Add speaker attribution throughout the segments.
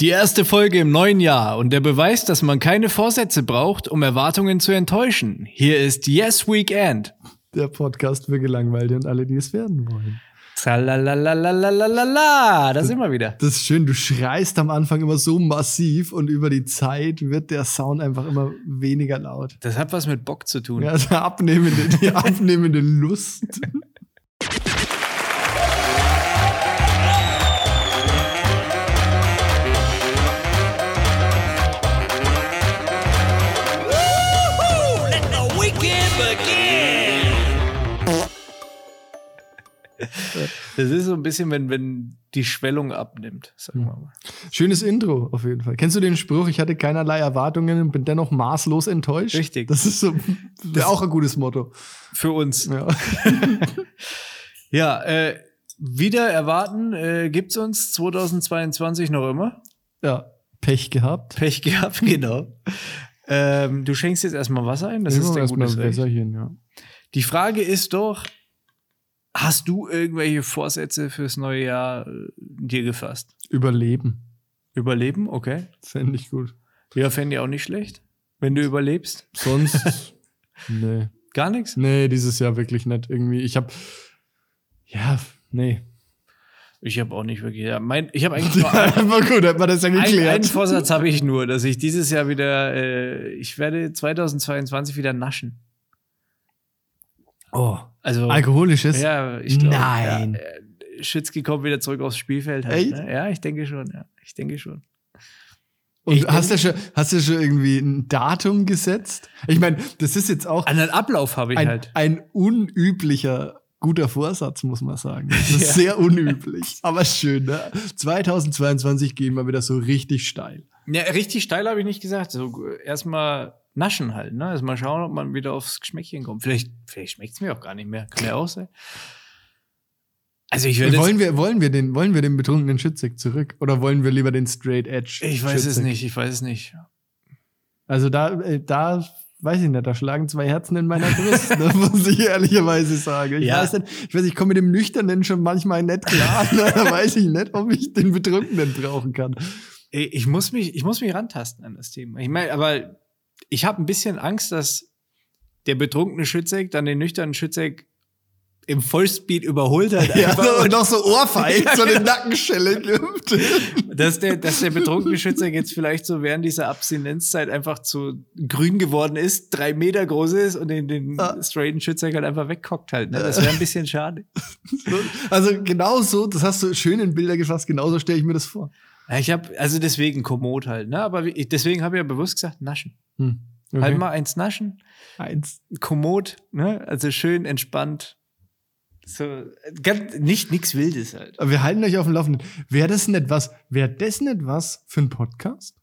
Speaker 1: Die erste Folge im neuen Jahr und der Beweis, dass man keine Vorsätze braucht, um Erwartungen zu enttäuschen. Hier ist Yes Weekend.
Speaker 2: Der Podcast für Gelangweilte und alle, die es werden wollen.
Speaker 1: Tralalalalalalalala, da sind wir wieder.
Speaker 2: Das ist schön, du schreist am Anfang immer so massiv und über die Zeit wird der Sound einfach immer weniger laut.
Speaker 1: Das hat was mit Bock zu tun.
Speaker 2: Ja, also abnehmende, die abnehmende Lust.
Speaker 1: Das ist so ein bisschen, wenn, wenn die Schwellung abnimmt, sagen
Speaker 2: Mhm.
Speaker 1: wir mal.
Speaker 2: Schönes Intro auf jeden Fall. Kennst du den Spruch, ich hatte keinerlei Erwartungen und bin dennoch maßlos enttäuscht?
Speaker 1: Richtig.
Speaker 2: Das ist so, wäre auch ein gutes Motto.
Speaker 1: Für uns.
Speaker 2: Ja.
Speaker 1: Ja, äh, wieder erwarten äh, gibt's uns 2022 noch immer.
Speaker 2: ja. Pech gehabt.
Speaker 1: Pech gehabt, genau. Ähm, du schenkst jetzt erstmal Wasser ein, das
Speaker 2: Nehmen
Speaker 1: ist
Speaker 2: wir
Speaker 1: dein
Speaker 2: erstmal
Speaker 1: gutes
Speaker 2: ein
Speaker 1: Recht.
Speaker 2: Wässerchen, ja.
Speaker 1: Die Frage ist doch, hast du irgendwelche Vorsätze fürs neue Jahr äh, dir gefasst?
Speaker 2: Überleben.
Speaker 1: Überleben, okay.
Speaker 2: Fände ich gut.
Speaker 1: Ja, fände ich auch nicht schlecht, wenn du überlebst.
Speaker 2: Sonst. nee.
Speaker 1: Gar nichts.
Speaker 2: Nee, dieses Jahr wirklich nicht. Irgendwie, ich habe. Ja, nee.
Speaker 1: Ich habe auch nicht wirklich. Ja, mein, ich habe eigentlich nur einen,
Speaker 2: War gut, hat man das ja
Speaker 1: einen, einen
Speaker 2: geklärt.
Speaker 1: Vorsatz habe ich nur, dass ich dieses Jahr wieder, äh, ich werde 2022 wieder naschen.
Speaker 2: oh,
Speaker 1: Also
Speaker 2: alkoholisches.
Speaker 1: ja, ich glaube.
Speaker 2: Nein.
Speaker 1: Ja, äh, Schützki kommt wieder zurück aufs Spielfeld. Halt,
Speaker 2: Echt?
Speaker 1: Ne? Ja, ich denke schon. Ja, ich denke schon.
Speaker 2: Und
Speaker 1: Ich
Speaker 2: hast du, schon, hast du schon irgendwie ein Datum gesetzt? Ich meine, das ist jetzt auch
Speaker 1: An den Ablauf habe ich
Speaker 2: ein,
Speaker 1: halt.
Speaker 2: ein unüblicher guter Vorsatz, muss man sagen. Das ist
Speaker 1: Ja.
Speaker 2: sehr unüblich, aber schön. Ne? 2022 gehen wir wieder so richtig steil.
Speaker 1: Ja, richtig steil habe ich nicht gesagt. So äh, erstmal naschen halt, ne? Erstmal schauen, ob man wieder aufs Geschmäckchen kommt. Vielleicht, vielleicht schmeckt es mir auch gar nicht mehr. Kann ja auch sein. Also ich werde
Speaker 2: Wollen wir, wollen, wir den, wollen wir den betrunkenen Schützig zurück oder wollen wir lieber den Straight Edge?
Speaker 1: Ich weiß es
Speaker 2: Schützig?
Speaker 1: nicht, ich weiß es nicht.
Speaker 2: Also da, äh, da weiß ich nicht, da schlagen zwei Herzen in meiner Brust, ne, muss ich ehrlicherweise sagen. Ich
Speaker 1: Ja.
Speaker 2: weiß nicht, ich weiß, ich komme mit dem Nüchternen schon manchmal nicht klar. ne, da weiß ich nicht, ob ich den Betrunkenen brauchen kann.
Speaker 1: Ich ich muss mich, ich muss mich rantasten an das Thema. Ich meine, aber ich habe ein bisschen Angst, dass der betrunkene Schützeck dann den nüchternen Schützeck im Vollspeed überholt hat. einfach und
Speaker 2: noch so Ohrfeigt,
Speaker 1: Ja, genau.
Speaker 2: eine Nackenschelle gibt.
Speaker 1: dass, der, dass der betrunkene Schützeck jetzt vielleicht so während dieser Abstinenzzeit einfach zu grün geworden ist, drei Meter groß ist und den, den
Speaker 2: Ah.
Speaker 1: straighten Schützeck halt einfach wegkockt halt. Ne? Das wäre ein bisschen schade.
Speaker 2: also genau so, das hast du schön in Bilder gefasst, genauso stelle ich mir das vor.
Speaker 1: Ja, Ich habe, also deswegen Kommod halt, ne? Aber wie- ich, deswegen habe ich ja bewusst gesagt, naschen.
Speaker 2: Hm. Okay.
Speaker 1: Halt mal eins naschen.
Speaker 2: Eins.
Speaker 1: kommod, ne? Also schön entspannt. So, ganz, nicht nichts Wildes halt.
Speaker 2: Aber wir halten euch auf dem Laufenden. Wäre das nicht was, wäre das nicht was für einen Podcast?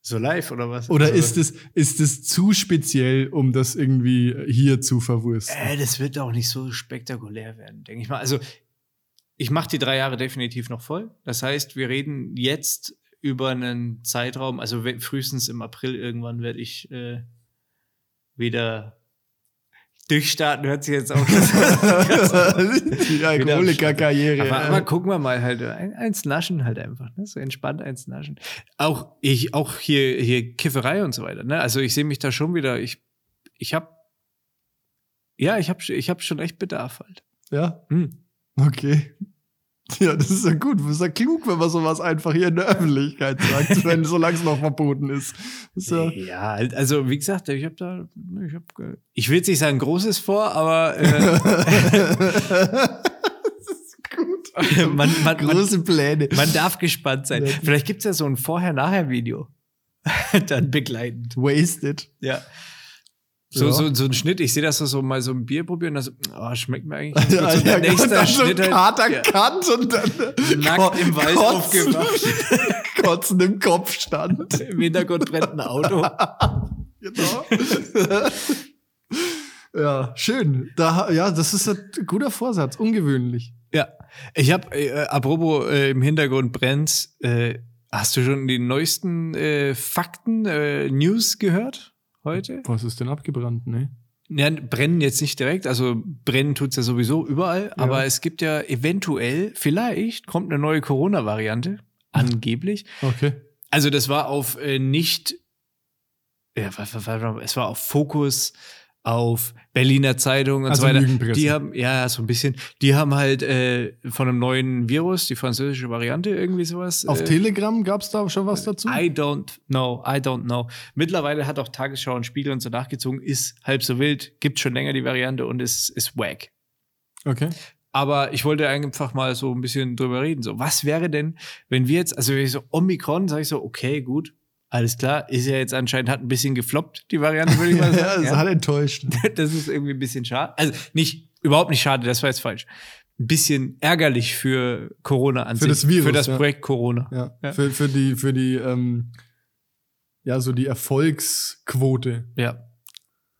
Speaker 1: So live oder was? Also
Speaker 2: Oder ist es, ist es zu speziell, um das irgendwie hier zu verwursten?
Speaker 1: Äh, das wird auch nicht so spektakulär werden, denke ich mal. Also, ich mache die drei Jahre definitiv noch voll. Das heißt, wir reden jetzt über einen Zeitraum, also we- frühestens im April irgendwann werde ich äh, wieder durchstarten, hört sich jetzt auch
Speaker 2: Die Alkoholikerkarriere.
Speaker 1: Aber, aber gucken wir mal halt, ein, eins naschen halt einfach, ne? so entspannt eins naschen. Auch ich, auch hier, hier Kifferei und so weiter. Ne? Also ich sehe mich da schon wieder, ich, ich habe, ja, ich habe ich hab schon echt Bedarf halt.
Speaker 2: Ja,
Speaker 1: Hm.
Speaker 2: okay. Ja, das ist ja gut. Das ist ja klug, wenn man sowas einfach hier in der Öffentlichkeit sagt, wenn solange es noch verboten ist. Das ist ja,
Speaker 1: Ja, halt, also wie gesagt, ich habe da, ich habe, ich will jetzt nicht sagen großes vor, aber äh,
Speaker 2: das ist gut.
Speaker 1: man, man, man,
Speaker 2: Große Pläne.
Speaker 1: man darf gespannt sein.
Speaker 2: Ja.
Speaker 1: Vielleicht gibt's ja so ein Vorher-Nachher-Video. Dann begleitend.
Speaker 2: Wasted.
Speaker 1: Ja. So,
Speaker 2: Ja.
Speaker 1: so, so ein Schnitt, ich sehe das so mal so ein Bier probieren, das oh, schmeckt mir eigentlich nicht gut. so
Speaker 2: Ja, ja,
Speaker 1: der
Speaker 2: und
Speaker 1: nächste
Speaker 2: dann so ein
Speaker 1: Schnitt halt,
Speaker 2: Kater Kant und dann
Speaker 1: nackt im Wald
Speaker 2: Kotzen.
Speaker 1: aufgewacht.
Speaker 2: Kotzen im Kopfstand.
Speaker 1: Im Hintergrund brennt ein Auto.
Speaker 2: Genau. ja, schön. Da, ja, das ist ein guter Vorsatz, ungewöhnlich.
Speaker 1: Ja. Ich habe, äh, apropos äh, im Hintergrund brennt, äh, hast du schon die neuesten äh, Fakten, äh, News gehört heute?
Speaker 2: Was ist denn abgebrannt, ne?
Speaker 1: Ja, brennen jetzt nicht direkt, also brennen tut's ja sowieso überall, aber es gibt ja eventuell, vielleicht kommt eine neue Corona-Variante. Angeblich.
Speaker 2: Okay.
Speaker 1: Also das war auf äh, nicht, ja, wa- wa- wa- wa- es war auf Fokus, auf Berliner Zeitung und
Speaker 2: Also
Speaker 1: so weiter.
Speaker 2: Lügenpresse.
Speaker 1: Die haben, ja, so ein bisschen, die haben halt äh, von einem neuen Virus, die französische Variante, irgendwie sowas.
Speaker 2: Auf
Speaker 1: äh,
Speaker 2: Telegram gab es da schon was dazu?
Speaker 1: I don't know, I don't know. Mittlerweile hat auch Tagesschau und Spiegel und so nachgezogen, ist halb so wild, gibt schon länger die Variante und ist, ist wack.
Speaker 2: Okay.
Speaker 1: Aber ich wollte einfach mal so ein bisschen drüber reden. So, was wäre denn, wenn wir jetzt, also wenn ich so Omikron, sage ich so, okay, gut, alles klar, ist ja jetzt anscheinend, hat ein bisschen gefloppt, die Variante, würde ich mal
Speaker 2: Ja,
Speaker 1: sagen.
Speaker 2: es
Speaker 1: ja.
Speaker 2: hat enttäuscht.
Speaker 1: Das ist irgendwie ein bisschen schade. Also nicht, überhaupt nicht schade, das war jetzt falsch. Ein bisschen ärgerlich für Corona an
Speaker 2: Für
Speaker 1: sich.
Speaker 2: das Virus,
Speaker 1: Für das
Speaker 2: ja.
Speaker 1: Projekt Corona.
Speaker 2: Ja.
Speaker 1: Ja.
Speaker 2: Für, für die, für die, ähm, ja, so die Erfolgsquote.
Speaker 1: Ja.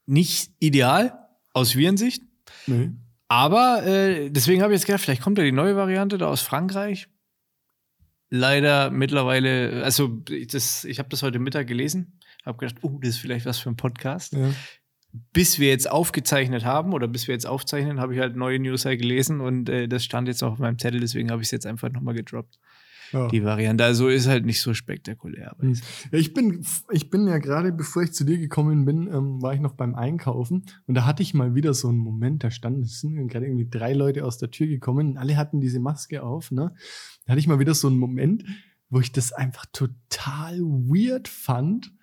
Speaker 1: Nicht ideal aus Virensicht,
Speaker 2: Nee.
Speaker 1: aber äh, deswegen habe ich jetzt gedacht, vielleicht kommt ja die neue Variante da aus Frankreich. Leider mittlerweile, also ich- das, ich habe das heute Mittag gelesen, habe gedacht, oh, das ist vielleicht was für ein Podcast.
Speaker 2: Ja.
Speaker 1: Bis wir jetzt aufgezeichnet haben oder bis wir jetzt aufzeichnen, habe ich halt neue News halt gelesen und äh, das stand jetzt noch auf meinem Zettel, deswegen habe ich es jetzt einfach nochmal gedroppt.
Speaker 2: Ja.
Speaker 1: Die Variante, also ist halt nicht so spektakulär. Aber
Speaker 2: Hm. Ja, ich bin, ich bin ja gerade, bevor ich zu dir gekommen bin, ähm, war ich noch beim Einkaufen und da hatte ich mal wieder so einen Moment, da standen, es sind gerade irgendwie drei Leute aus der Tür gekommen und alle hatten diese Maske auf, ne? Da hatte ich mal wieder so einen Moment, wo ich das einfach total weird fand,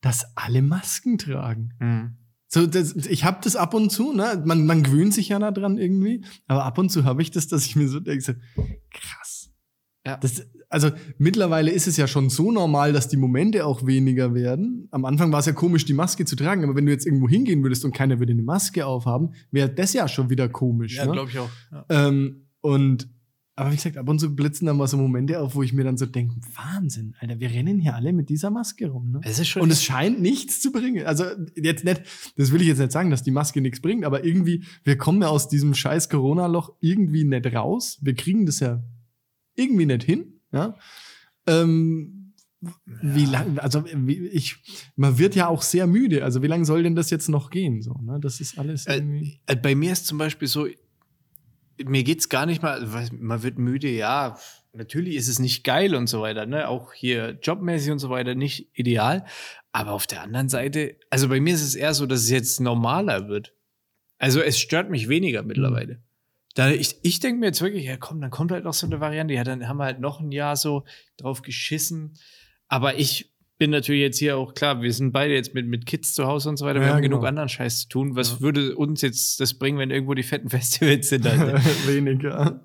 Speaker 2: dass alle Masken tragen.
Speaker 1: Hm.
Speaker 2: So, das, ich habe das ab und zu, ne? Man, man gewöhnt sich ja daran irgendwie, aber ab und zu habe ich das, dass ich mir so denke, so, krass.
Speaker 1: Ja.
Speaker 2: Das, also mittlerweile ist es ja schon so normal, dass die Momente auch weniger werden. Am Anfang war es ja komisch, die Maske zu tragen, aber wenn du jetzt irgendwo hingehen würdest und keiner würde eine Maske aufhaben, wäre das ja schon wieder komisch.
Speaker 1: Ja,
Speaker 2: ne?
Speaker 1: glaube ich auch. Ja.
Speaker 2: Ähm, und aber wie gesagt, ab und zu blitzen dann mal so Momente auf, wo ich mir dann so denke, Wahnsinn, Alter, wir rennen hier alle mit dieser Maske rum. Ne?
Speaker 1: Es ist schon
Speaker 2: Und es scheint nichts zu bringen. Also jetzt nicht, das will ich jetzt nicht sagen, dass die Maske nichts bringt, aber irgendwie, wir kommen ja aus diesem scheiß Corona-Loch irgendwie nicht raus. Wir kriegen das ja irgendwie nicht hin. Ja? Ähm, Wie lange, also wie, ich, man wird ja auch sehr müde. Also wie lange soll denn das jetzt noch gehen? So, ne? Das ist alles
Speaker 1: Äh,
Speaker 2: irgendwie.
Speaker 1: Äh, Bei mir ist zum Beispiel so, mir geht's gar nicht mal, weiß- man wird müde, ja, natürlich ist es nicht geil und so weiter, ne? Auch hier jobmäßig und so weiter nicht ideal. Aber auf der anderen Seite, also bei mir ist es eher so, dass es jetzt normaler wird. Also es stört mich weniger mittlerweile.
Speaker 2: Mhm.
Speaker 1: Da ich ich denke mir jetzt wirklich, ja komm, dann kommt halt noch so eine Variante, ja, dann haben wir halt noch ein Jahr so drauf geschissen. Aber ich bin natürlich jetzt hier auch klar, wir sind beide jetzt mit, mit Kids zu Hause und so weiter, wir
Speaker 2: Ja,
Speaker 1: haben genug
Speaker 2: genau.
Speaker 1: anderen Scheiß zu tun. Was
Speaker 2: Ja.
Speaker 1: würde uns jetzt das bringen, wenn irgendwo die fetten Festivals sind? Alter?
Speaker 2: Weniger.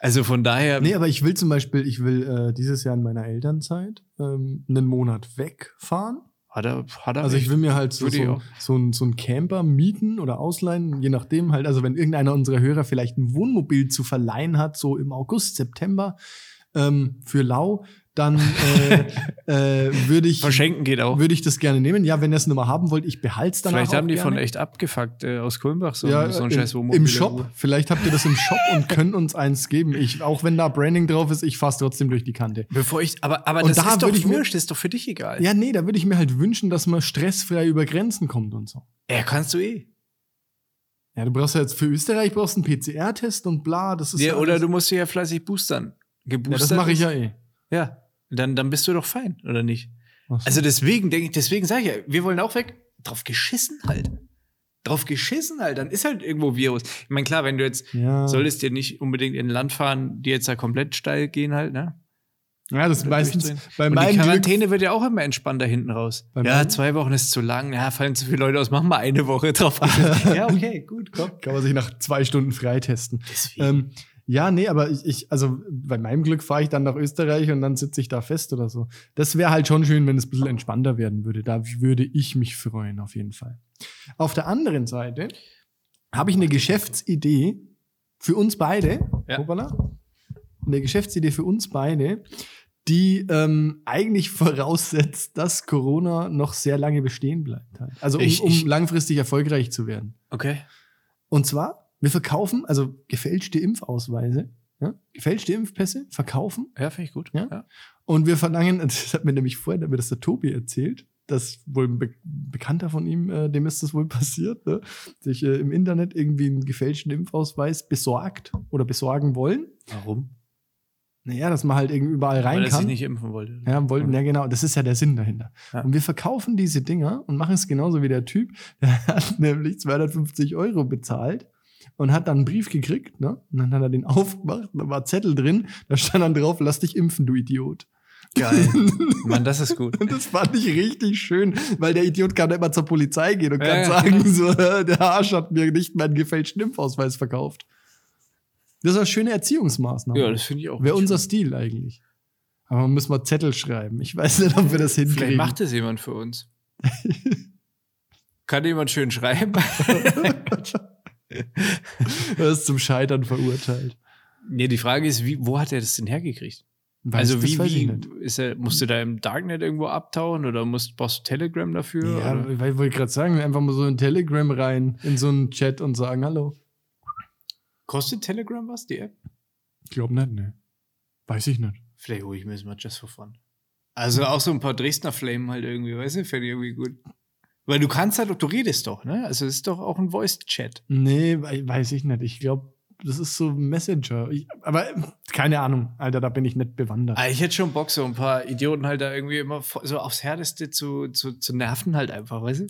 Speaker 1: also von daher,
Speaker 2: Nee, aber ich will zum Beispiel, ich will äh, dieses Jahr in meiner Elternzeit ähm, einen Monat wegfahren.
Speaker 1: hat er, hat er
Speaker 2: Also ich will mir halt so,
Speaker 1: Würde ich
Speaker 2: so,
Speaker 1: auch.
Speaker 2: so, einen, so einen Camper mieten oder ausleihen, je nachdem halt. Also wenn irgendeiner unserer Hörer vielleicht ein Wohnmobil zu verleihen hat, so im August, September ähm, für Lau, dann äh, äh, würde ich,
Speaker 1: verschenken geht auch.
Speaker 2: würde ich das gerne nehmen. Ja, wenn ihr es nochmal haben wollt, ich behalte es dann
Speaker 1: Vielleicht
Speaker 2: auch
Speaker 1: haben die
Speaker 2: gerne.
Speaker 1: von echt abgefuckt äh, aus Kulmbach so,
Speaker 2: ja,
Speaker 1: so ein
Speaker 2: im,
Speaker 1: scheiß Wohnmobil.
Speaker 2: im Shop. Vielleicht habt ihr das im Shop und könnt uns eins geben. Ich, auch wenn da Branding drauf ist, ich fasse trotzdem durch die Kante.
Speaker 1: Bevor ich, aber, aber
Speaker 2: Und
Speaker 1: das
Speaker 2: da
Speaker 1: ist doch
Speaker 2: würde ich mir-
Speaker 1: wurscht, das ist doch für dich egal.
Speaker 2: Ja, nee, da würde ich mir halt wünschen, dass man stressfrei über Grenzen kommt und so.
Speaker 1: ja kannst du eh.
Speaker 2: Ja, du brauchst ja jetzt für Österreich brauchst einen PCR-Test und bla, das ist
Speaker 1: Ja, oder
Speaker 2: alles-
Speaker 1: du musst dich ja fleißig boostern.
Speaker 2: ja,
Speaker 1: Geboostert.
Speaker 2: das mache ich ja eh.
Speaker 1: Ja, dann, dann bist du doch fein, oder nicht?
Speaker 2: Ach so.
Speaker 1: Also deswegen denke ich, deswegen sage ich ja, wir wollen auch weg. Drauf geschissen halt. Drauf geschissen halt, dann ist halt irgendwo Virus. Ich meine, klar, wenn du jetzt,
Speaker 2: ja.
Speaker 1: solltest dir nicht unbedingt in ein Land fahren, die jetzt da komplett steil gehen halt, ne?
Speaker 2: ja, das ist meistens
Speaker 1: durchdrehen.
Speaker 2: bei
Speaker 1: Und die
Speaker 2: meinem Glück,
Speaker 1: Quarantäne wird ja auch immer entspannter hinten raus.
Speaker 2: Bei
Speaker 1: ja,
Speaker 2: meinem-
Speaker 1: zwei Wochen ist zu lang, ja, fallen zu viele Leute aus, machen wir eine Woche drauf. geschissen. ja, okay, gut, komm.
Speaker 2: kann man sich nach zwei Stunden freitesten.
Speaker 1: Deswegen.
Speaker 2: Ähm, ja, nee, aber ich, ich also bei meinem Glück fahre ich dann nach Österreich und dann sitze ich da fest oder so. Das wäre halt schon schön, wenn es ein bisschen entspannter werden würde. Da würde ich mich freuen, auf jeden Fall. Auf der anderen Seite habe ich eine Geschäftsidee für uns beide.
Speaker 1: Ja.
Speaker 2: Hoppala. Eine Geschäftsidee für uns beide, die ähm, eigentlich voraussetzt, dass Corona noch sehr lange bestehen bleibt. halt. Also um,
Speaker 1: Ich-
Speaker 2: um
Speaker 1: ich-
Speaker 2: langfristig erfolgreich zu werden.
Speaker 1: Okay.
Speaker 2: Und zwar, wir verkaufen, also gefälschte Impfausweise, ja, gefälschte Impfpässe verkaufen.
Speaker 1: Ja, finde ich gut.
Speaker 2: Ja? Und wir verlangen, das hat mir nämlich vorhin, hat mir das der Tobi erzählt, dass wohl ein Be Bekannter von ihm, äh, dem ist das wohl passiert, ne? sich äh, im Internet irgendwie einen gefälschten Impfausweis besorgt oder besorgen wollen.
Speaker 1: Warum?
Speaker 2: Naja, dass man halt irgendwie überall rein
Speaker 1: weil er sich
Speaker 2: kann.
Speaker 1: nicht impfen wollte.
Speaker 2: Ja, wollten, ja genau, das ist ja der Sinn dahinter.
Speaker 1: Ja.
Speaker 2: Und wir verkaufen diese Dinger und machen es genauso wie der Typ, der hat nämlich 250 Euro bezahlt und hat dann einen Brief gekriegt, ne? Und dann hat er den aufgemacht, da war Zettel drin, da stand dann drauf, lass dich impfen, du Idiot.
Speaker 1: Geil. Mann, das ist gut.
Speaker 2: Und das fand ich richtig schön, weil der Idiot kann immer zur Polizei gehen und kann
Speaker 1: Ja. genau.
Speaker 2: sagen, so, äh, der Arsch hat mir nicht meinen gefälschten Impfausweis verkauft. Das ist eine schöne Erziehungsmaßnahme.
Speaker 1: Ja, das finde ich auch.
Speaker 2: Wäre
Speaker 1: nicht
Speaker 2: unser Stil eigentlich. Aber man muss mal Zettel schreiben. Ich weiß nicht, ob wir das
Speaker 1: schlecht. Vielleicht
Speaker 2: hinkriegen.
Speaker 1: macht es jemand für uns. Kann jemand schön schreiben?
Speaker 2: das ist zum Scheitern verurteilt.
Speaker 1: nee, die Frage ist, wie, wo hat er das denn hergekriegt?
Speaker 2: Weiß-
Speaker 1: also
Speaker 2: das
Speaker 1: wie,
Speaker 2: weiß ich
Speaker 1: wie
Speaker 2: nicht.
Speaker 1: ist er, musst du da im Darknet irgendwo abtauchen oder musst, brauchst du Telegram dafür?
Speaker 2: Ja,
Speaker 1: oder?
Speaker 2: weil ich wollte gerade sagen, einfach mal so in Telegram rein, in so einen Chat und sagen, hallo.
Speaker 1: Kostet Telegram was, die App?
Speaker 2: Glaub nicht, ne. Weiß ich nicht.
Speaker 1: Vielleicht hole ich mir das mal just for fun. Also auch so ein paar Dresdner Flamen halt irgendwie, weißt du, fände ich irgendwie gut. Weil du kannst halt, du redest doch, ne? Also es ist doch auch ein Voice-Chat.
Speaker 2: Nee, wei- weiß ich nicht. Ich glaube, das ist so Messenger. Ich, aber äh, keine Ahnung, Alter, da bin ich nicht bewandert.
Speaker 1: Aber Ah, ich hätte schon Bock, so ein paar Idioten halt da irgendwie immer vo- so aufs Härteste zu, zu, zu nerven halt einfach, weißt du?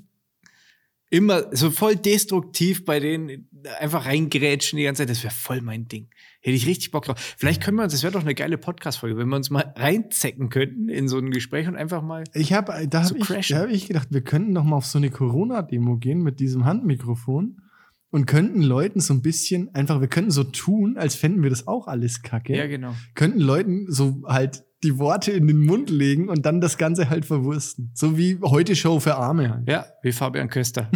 Speaker 1: Immer so voll destruktiv bei denen einfach reingrätschen die ganze Zeit. Das wäre voll mein Ding. Hätte ich richtig Bock drauf. Vielleicht können wir uns, das wäre doch eine geile Podcast-Folge, wenn wir uns mal reinzecken könnten in so ein Gespräch und einfach mal
Speaker 2: Ich habe, da
Speaker 1: Zu
Speaker 2: habe ich,
Speaker 1: crashen.
Speaker 2: da hab ich gedacht, wir könnten noch mal auf so eine Corona-Demo gehen mit diesem Handmikrofon und könnten Leuten so ein bisschen einfach, wir könnten so tun, als fänden wir das auch alles kacke.
Speaker 1: genau.
Speaker 2: Könnten Leuten so halt die Worte in den Mund legen und dann das Ganze halt verwursten. So wie heute Show für Arme halt.
Speaker 1: Ja, wie Fabian Köster.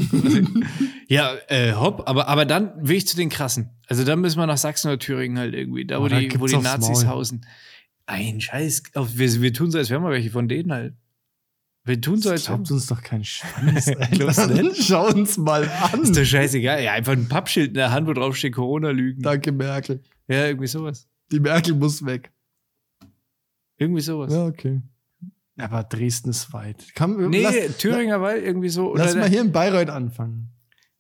Speaker 1: ja, äh, hopp, aber, aber dann will ich zu den Krassen. Also dann müssen wir nach Sachsen oder Thüringen halt irgendwie, da wo
Speaker 2: Aber da
Speaker 1: die, wo
Speaker 2: gibt's
Speaker 1: die
Speaker 2: aufs
Speaker 1: Nazis
Speaker 2: Maul.
Speaker 1: hausen. Ein Scheiß. Auf, wir, wir tun so, als wären wir welche von denen halt. Wir tun so,
Speaker 2: Das
Speaker 1: als wären
Speaker 2: glaubt uns doch kein Schwanz.
Speaker 1: Glaubst du
Speaker 2: Alter.
Speaker 1: nicht?
Speaker 2: Schau uns mal an.
Speaker 1: Ist doch scheißegal. Ja, einfach ein Pappschild in der Hand, wo drauf steht Corona-Lügen.
Speaker 2: Danke, Merkel.
Speaker 1: Ja, irgendwie sowas.
Speaker 2: Die Merkel muss weg.
Speaker 1: Irgendwie sowas.
Speaker 2: Ja, okay. Aber Dresden ist weit. Kann,
Speaker 1: Nee,
Speaker 2: lass,
Speaker 1: Thüringer Wald irgendwie so. Oder
Speaker 2: lass mal
Speaker 1: der,
Speaker 2: hier in Bayreuth anfangen.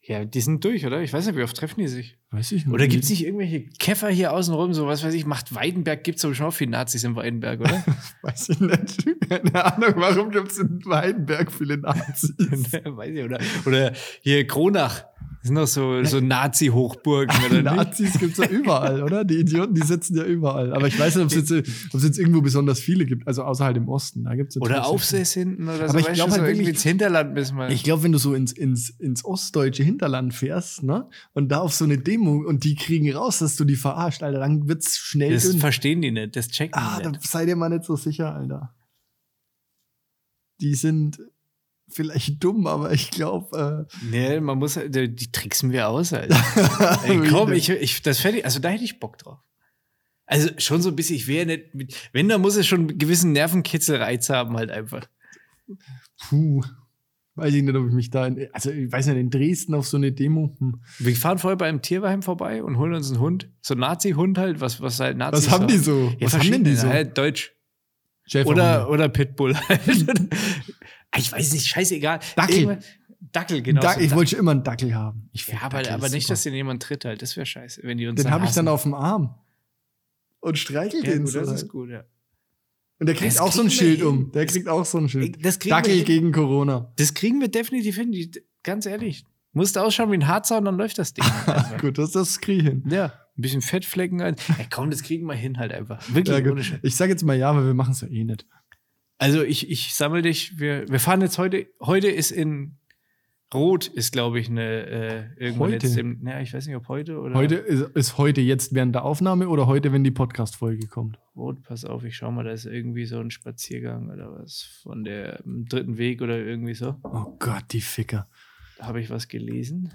Speaker 1: ja, die sind durch, oder? Ich weiß nicht, wie oft treffen die sich.
Speaker 2: Weiß ich nicht.
Speaker 1: Oder gibt es nicht irgendwelche Käfer hier außenrum, so was weiß ich, macht Weidenberg, gibt es aber schon auch viele Nazis in Weidenberg, oder?
Speaker 2: Weiß ich nicht. Keine Ahnung, warum gibt es in Weinberg viele Nazis?
Speaker 1: Ne, Weiß ich, oder, oder hier Kronach. Das sind doch so, so Nazi-Hochburgen, oder nicht?
Speaker 2: Nazis gibt es ja überall, oder? Die Idioten, die sitzen ja überall. Aber ich weiß nicht, ob es jetzt, ob's jetzt irgendwo besonders viele gibt. Also außer halt im Osten. Da gibt's natürlich
Speaker 1: Oder
Speaker 2: sehr
Speaker 1: Aufsäß hinten oder so.
Speaker 2: Aber ich
Speaker 1: weißt
Speaker 2: glaub
Speaker 1: du,
Speaker 2: halt
Speaker 1: so irgendwie
Speaker 2: wirklich-
Speaker 1: ins Hinterland müssen wir.
Speaker 2: Ich glaube, wenn du so ins, ins, ins ostdeutsche Hinterland fährst, ne, und da auf so eine Demo und die kriegen raus, dass du die verarscht, Alter, dann wird's schnell
Speaker 1: das
Speaker 2: dünn.
Speaker 1: verstehen die nicht, das checken
Speaker 2: Ah,
Speaker 1: die
Speaker 2: da
Speaker 1: nicht.
Speaker 2: seid ihr mal nicht so sicher, Alter. Die sind vielleicht dumm, aber ich äh, glaube,
Speaker 1: Nee, man muss, halt- die, die tricksen wir aus, Alter.
Speaker 2: äh,
Speaker 1: Ey, komm, ich, ich, das fertig, also da hätte ich Bock drauf. Also schon so ein bisschen, ich wäre nicht, mit, wenn, dann muss es schon einen gewissen Nervenkitzelreiz haben halt einfach.
Speaker 2: Puh. Weiß ich nicht, ob ich mich da in, also ich weiß nicht, in Dresden auf so eine Demo. Hm.
Speaker 1: Wir fahren vorher bei einem Tierheim vorbei und holen uns einen Hund, so einen Nazi-Hund halt, was, was halt Nazis
Speaker 2: Was haben die so?
Speaker 1: Ja,
Speaker 2: Was haben denn die so?
Speaker 1: Halt Deutsch.
Speaker 2: Schäferhunde.
Speaker 1: Oder, oder Pitbull. Ah, ich weiß nicht, scheißegal.
Speaker 2: Dackel.
Speaker 1: Irgendwann- Dackel, genau.
Speaker 2: Da,
Speaker 1: so
Speaker 2: ich
Speaker 1: Dackel.
Speaker 2: wollte schon immer einen Dackel haben. Ich
Speaker 1: ja,
Speaker 2: find
Speaker 1: aber,
Speaker 2: Dackel
Speaker 1: aber
Speaker 2: ist
Speaker 1: nicht,
Speaker 2: super.
Speaker 1: dass den jemand tritt halt. Das wäre scheiße, wenn die uns
Speaker 2: Den habe ich dann
Speaker 1: hassen.
Speaker 2: auf dem Arm. Und streichel
Speaker 1: Ja,
Speaker 2: den
Speaker 1: gut,
Speaker 2: so.
Speaker 1: das ist
Speaker 2: halt.
Speaker 1: gut, ja.
Speaker 2: Und der kriegt
Speaker 1: Das
Speaker 2: auch so ein
Speaker 1: kriegen wir
Speaker 2: Schild um.
Speaker 1: hin.
Speaker 2: Der
Speaker 1: Das-
Speaker 2: kriegt auch so ein
Speaker 1: Ey,
Speaker 2: Schild.
Speaker 1: Das kriegen, wir,
Speaker 2: Dackel
Speaker 1: hin.
Speaker 2: gegen Corona.
Speaker 1: das kriegen wir definitiv hin. Die, ganz ehrlich. Musst ausschauen wie ein Harzer und dann läuft das Ding. halt einfach.
Speaker 2: Gut, das, das krieg ich hin.
Speaker 1: ja, ein bisschen Fettflecken. Ein. Ey, komm, das kriegen wir hin halt einfach. Wirklich,
Speaker 2: Ja, gut.
Speaker 1: ohne Scheiß.
Speaker 2: Ich sage jetzt mal ja, weil wir machen es ja eh nicht.
Speaker 1: Also ich, ich sammle dich. Wir, wir fahren jetzt heute. Heute ist in Rot, ist glaube ich eine äh, irgendwann
Speaker 2: Heute?
Speaker 1: jetzt im, na, ich weiß nicht, ob heute oder
Speaker 2: Heute ist, ist heute jetzt während der Aufnahme oder heute, wenn die Podcast-Folge kommt.
Speaker 1: Rot, pass auf, ich schau mal, da ist irgendwie so ein Spaziergang oder was von der im dritten Weg oder irgendwie so.
Speaker 2: Oh Gott, die Ficker.
Speaker 1: Habe ich was gelesen?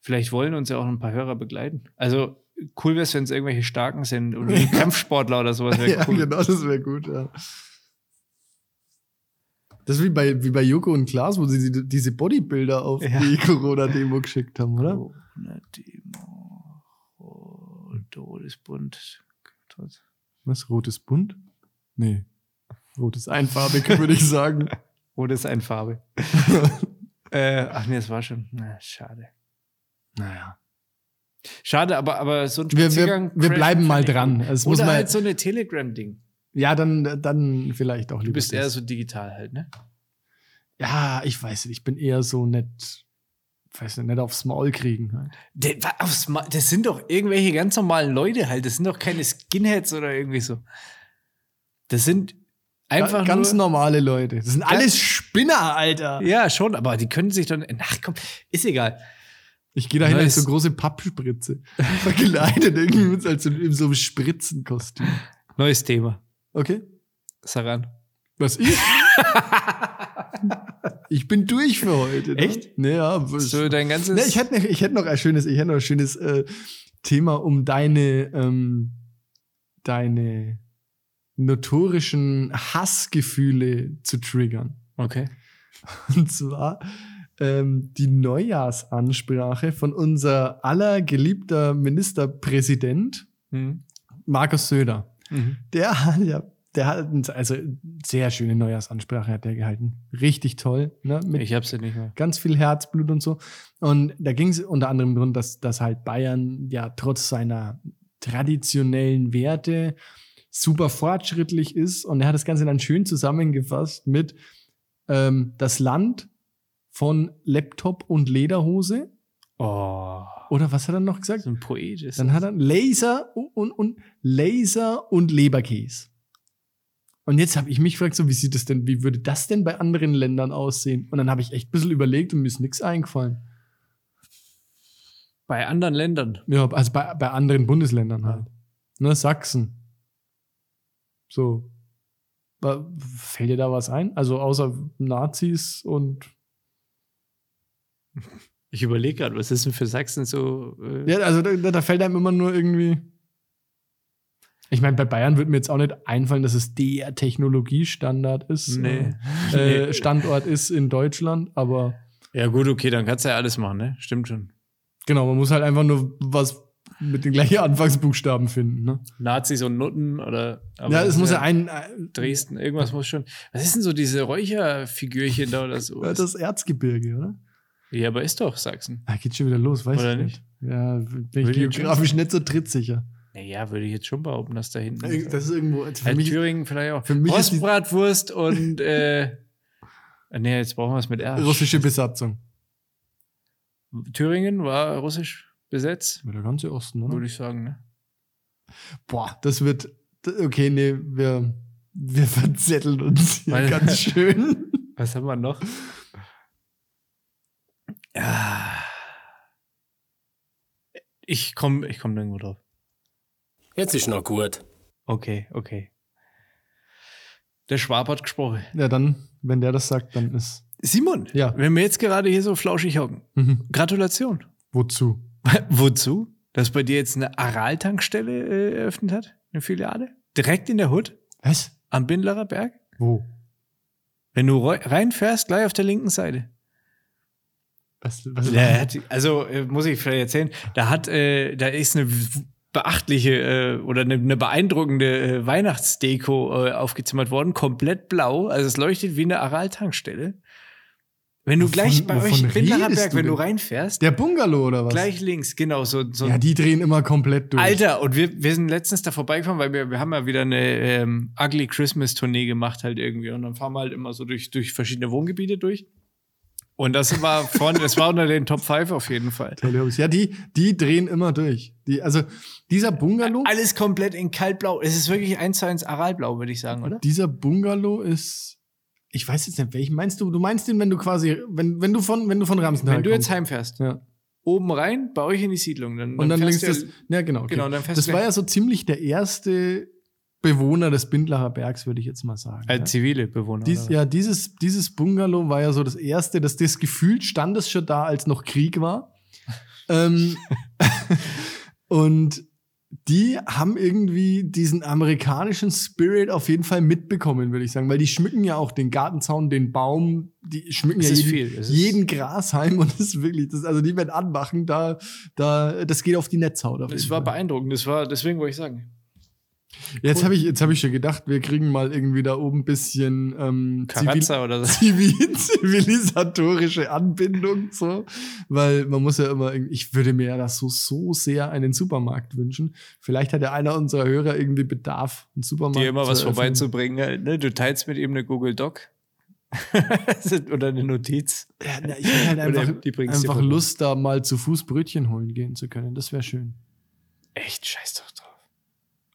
Speaker 1: Vielleicht wollen uns ja auch ein paar Hörer begleiten. Also cool wäre es, wenn es irgendwelche Starken sind und irgendwie Kampfsportler oder sowas wäre
Speaker 2: Ja,
Speaker 1: cool.
Speaker 2: genau, das wäre gut, ja. Das ist wie bei, wie bei Joko und Klaas, wo sie die- diese Bodybuilder auf
Speaker 1: Ja.
Speaker 2: die Corona-Demo geschickt haben, oder?
Speaker 1: Corona-Demo, Rot, Todesbund.
Speaker 2: Was? Rot ist bunt? Nee. Rot ist einfarbig, würde ich sagen.
Speaker 1: Rot ist ein Farbe. äh, ach nee, das war schon. Na, schade.
Speaker 2: Naja.
Speaker 1: Schade, aber, aber so ein
Speaker 2: Wir, wir,
Speaker 1: Spaziergang
Speaker 2: wir
Speaker 1: crash-
Speaker 2: bleiben mal
Speaker 1: crash-
Speaker 2: dran. Es muss
Speaker 1: Oder
Speaker 2: mal,
Speaker 1: halt so eine Telegram-Ding.
Speaker 2: ja, dann, dann vielleicht auch
Speaker 1: Du
Speaker 2: lieber.
Speaker 1: bist eher
Speaker 2: das.
Speaker 1: so digital halt, ne?
Speaker 2: ja, ich weiß nicht, ich bin eher so nett, weiß nicht, nett aufs Maul kriegen. Halt.
Speaker 1: Der war aufs Ma- Das sind doch irgendwelche ganz normalen Leute halt. Das sind doch keine Skinheads oder irgendwie so. Das sind einfach
Speaker 2: Ga- ganz
Speaker 1: nur.
Speaker 2: normale Leute. Das sind alles Spinner, Alter.
Speaker 1: Ja, schon, aber die können sich dann. Ach komm, ist egal.
Speaker 2: Ich gehe dahin
Speaker 1: Nice.
Speaker 2: als so große Pappspritze. Verkleidet irgendwie mit als so, in so einem Spritzenkostüm.
Speaker 1: Neues Thema.
Speaker 2: Okay?
Speaker 1: Saran.
Speaker 2: Was ich? ich bin durch für heute. Ne?
Speaker 1: Echt?
Speaker 2: Naja,
Speaker 1: So dein ganzes.
Speaker 2: Ne, ich hätte noch, ich hätte noch ein schönes, ich hätte noch ein schönes äh, Thema um deine, ähm, deine notorischen Hassgefühle zu triggern.
Speaker 1: okay.
Speaker 2: Und zwar ähm, die Neujahrsansprache von unser aller geliebter Ministerpräsident
Speaker 1: Mhm.
Speaker 2: Markus Söder.
Speaker 1: Mhm.
Speaker 2: Der hat ja, der hat ein- also sehr schöne Neujahrsansprache hat der gehalten. Richtig toll, ne? Mit
Speaker 1: Ich hab's ja nicht mehr.
Speaker 2: ganz viel Herzblut und so. Und da ging es unter anderem darum, dass, dass halt Bayern ja trotz seiner traditionellen Werte super fortschrittlich ist. Und er hat das Ganze dann schön zusammengefasst mit ähm, das Land von Laptop und Lederhose.
Speaker 1: Oh.
Speaker 2: Oder was hat er noch gesagt?
Speaker 1: So ein Poet ist.
Speaker 2: Dann hat er Laser und, und, und Laser und Leberkäse. Und jetzt habe ich mich gefragt, so, wie sieht das denn, wie würde das denn bei anderen Ländern aussehen? Und dann habe ich echt ein bisschen überlegt und mir ist nichts eingefallen.
Speaker 1: Bei anderen Ländern.
Speaker 2: Ja, also bei, bei anderen Bundesländern halt. Ne, Sachsen. So. Wa- Fällt dir da was ein? Also außer Nazis und.
Speaker 1: Ich überlege gerade, was ist denn für Sachsen so. Äh,
Speaker 2: Ja, also da, da fällt einem immer nur irgendwie. Ich meine, bei Bayern wird mir jetzt auch nicht einfallen, dass es der Technologiestandard ist.
Speaker 1: Nee.
Speaker 2: Äh,
Speaker 1: Nee.
Speaker 2: Standort ist in Deutschland, aber
Speaker 1: ja, gut, okay, dann kannst du ja alles machen, ne? Stimmt schon.
Speaker 2: genau, man muss halt einfach nur was mit den gleichen Anfangsbuchstaben finden. Ne?
Speaker 1: Nazis und Nutten oder. aber
Speaker 2: Ja,
Speaker 1: das
Speaker 2: es
Speaker 1: ist
Speaker 2: muss ja ein. äh, ein-
Speaker 1: Dresden, irgendwas muss schon. Was ist denn so diese Räucherfigürchen da oder so?
Speaker 2: Das Erzgebirge, oder?
Speaker 1: ja, aber ist doch Sachsen.
Speaker 2: Da geht schon wieder los, weißt
Speaker 1: Oder
Speaker 2: du
Speaker 1: nicht?
Speaker 2: Ja, bin
Speaker 1: Will
Speaker 2: ich
Speaker 1: die
Speaker 2: geografisch nicht so trittsicher.
Speaker 1: Naja, würde ich jetzt schon behaupten, dass da hinten.
Speaker 2: Äh, Das ist irgendwo. Für
Speaker 1: halt
Speaker 2: mich,
Speaker 1: Thüringen vielleicht auch.
Speaker 2: für mich ist die-
Speaker 1: Rostbratwurst und. Äh, nee, jetzt brauchen wir es mit R.
Speaker 2: russische Besatzung.
Speaker 1: Thüringen war russisch besetzt,
Speaker 2: Der ganze Osten,
Speaker 1: würde ich sagen, ne?
Speaker 2: Boah, das wird. d- Okay, nee, wir, wir verzetteln uns hier
Speaker 1: Weil-
Speaker 2: ganz schön.
Speaker 1: Was haben wir noch? Ja. Ich komme ich komm nirgendwo drauf.
Speaker 3: Jetzt ist noch gut.
Speaker 1: Okay, okay. Der Schwab hat gesprochen.
Speaker 2: Ja, dann, wenn der das sagt, dann ist.
Speaker 1: Simon,
Speaker 2: Ja.
Speaker 1: wenn wir jetzt gerade hier so flauschig hocken,
Speaker 2: Mhm.
Speaker 1: Gratulation.
Speaker 2: Wozu?
Speaker 1: Wozu? Dass bei dir jetzt eine Aral-Tankstelle äh, eröffnet hat, eine Filiale? Direkt in der Hood,
Speaker 2: Was?
Speaker 1: am Bindlerer Berg?
Speaker 2: Wo?
Speaker 1: Wenn du reu- reinfährst, gleich auf der linken Seite.
Speaker 2: Was, was
Speaker 1: Ja, er hat, also äh, muss ich vielleicht erzählen, da hat, äh, da ist eine w- beachtliche äh, oder eine, eine beeindruckende äh, Weihnachtsdeko äh, aufgezimmert worden, komplett blau. Also es leuchtet wie eine Aral-Tankstelle. Wenn du
Speaker 2: Wovon-
Speaker 1: gleich bei euch
Speaker 2: wovon
Speaker 1: in Bindlerer
Speaker 2: redest
Speaker 1: Berg,
Speaker 2: du
Speaker 1: wenn du
Speaker 2: denn?
Speaker 1: reinfährst,
Speaker 2: Der Bungalow oder was?
Speaker 1: gleich links, genau, so, so ein
Speaker 2: ja, die drehen immer komplett durch.
Speaker 1: Alter, und wir, wir sind letztens da vorbeigefahren, weil wir, wir haben ja wieder eine ähm, Ugly Christmas Tournee gemacht halt irgendwie. Und dann fahren wir halt immer so durch, durch verschiedene Wohngebiete durch. Und das war vorne, das war unter den Top 5 auf jeden Fall.
Speaker 2: Tolle Hobbys. Ja, die, die drehen immer durch. Die, also, dieser Bungalow.
Speaker 1: Alles komplett in kaltblau. Es ist wirklich eins zu eins Aralblau, würde ich sagen, oder?
Speaker 2: Dieser Bungalow ist. Ich weiß jetzt nicht, welchen meinst du? Du meinst den, wenn du quasi, wenn, wenn du von, wenn du von Ramsenthal
Speaker 1: Wenn du jetzt halt-
Speaker 2: kommst.
Speaker 1: heimfährst,
Speaker 2: Ja.
Speaker 1: oben rein, bei euch in die Siedlung, dann,
Speaker 2: Und dann links
Speaker 1: fährst
Speaker 2: das.
Speaker 1: du,
Speaker 2: Ja, genau. Okay.
Speaker 1: Genau, und dann fährst
Speaker 2: das
Speaker 1: du
Speaker 2: war
Speaker 1: gleich-
Speaker 2: ja so ziemlich der erste Bewohner des Bindlacher Bergs, würde ich jetzt mal sagen.
Speaker 1: äh,
Speaker 2: ja.
Speaker 1: zivile Bewohner.
Speaker 2: Dies,
Speaker 1: oder?
Speaker 2: ja, dieses, dieses Bungalow war ja so das erste, das, das Gefühl stand es schon da, als noch Krieg war. ähm, und die haben irgendwie diesen amerikanischen Spirit auf jeden Fall mitbekommen, würde ich sagen, weil die schmücken ja auch den Gartenzaun, den Baum, die schmücken
Speaker 1: es
Speaker 2: ja
Speaker 1: ist
Speaker 2: jeden,
Speaker 1: viel. Es ist,
Speaker 2: jeden Grashalm und das ist wirklich, das, also die werden anmachen, da, da, das geht auf die Netzhaut. Auf
Speaker 1: es
Speaker 2: jeden
Speaker 1: war
Speaker 2: Fall.
Speaker 1: beeindruckend. Das war, deswegen wollte ich sagen.
Speaker 2: Jetzt habe ich, jetzt hab ich schon gedacht, wir kriegen mal irgendwie da oben ein bisschen ähm, zivil
Speaker 1: Karatza oder so.
Speaker 2: zivil zivilisatorische Anbindung. So. Weil man muss ja immer, irgendwie- ich würde mir ja das so, so sehr einen Supermarkt wünschen. Vielleicht hat ja einer unserer Hörer irgendwie Bedarf, einen Supermarkt.
Speaker 1: Dir immer was
Speaker 2: zu eröffnen.
Speaker 1: vorbeizubringen. halt, Ne? Du teilst mit ihm eine Google Doc oder eine Notiz.
Speaker 2: Ja, na, ich hätte halt
Speaker 1: Oder
Speaker 2: einfach,
Speaker 1: die bringst dir
Speaker 2: einfach
Speaker 1: vorbei.
Speaker 2: Lust, da mal zu Fuß Brötchen holen gehen zu können. Das wäre schön.
Speaker 1: Echt, scheiß doch drauf.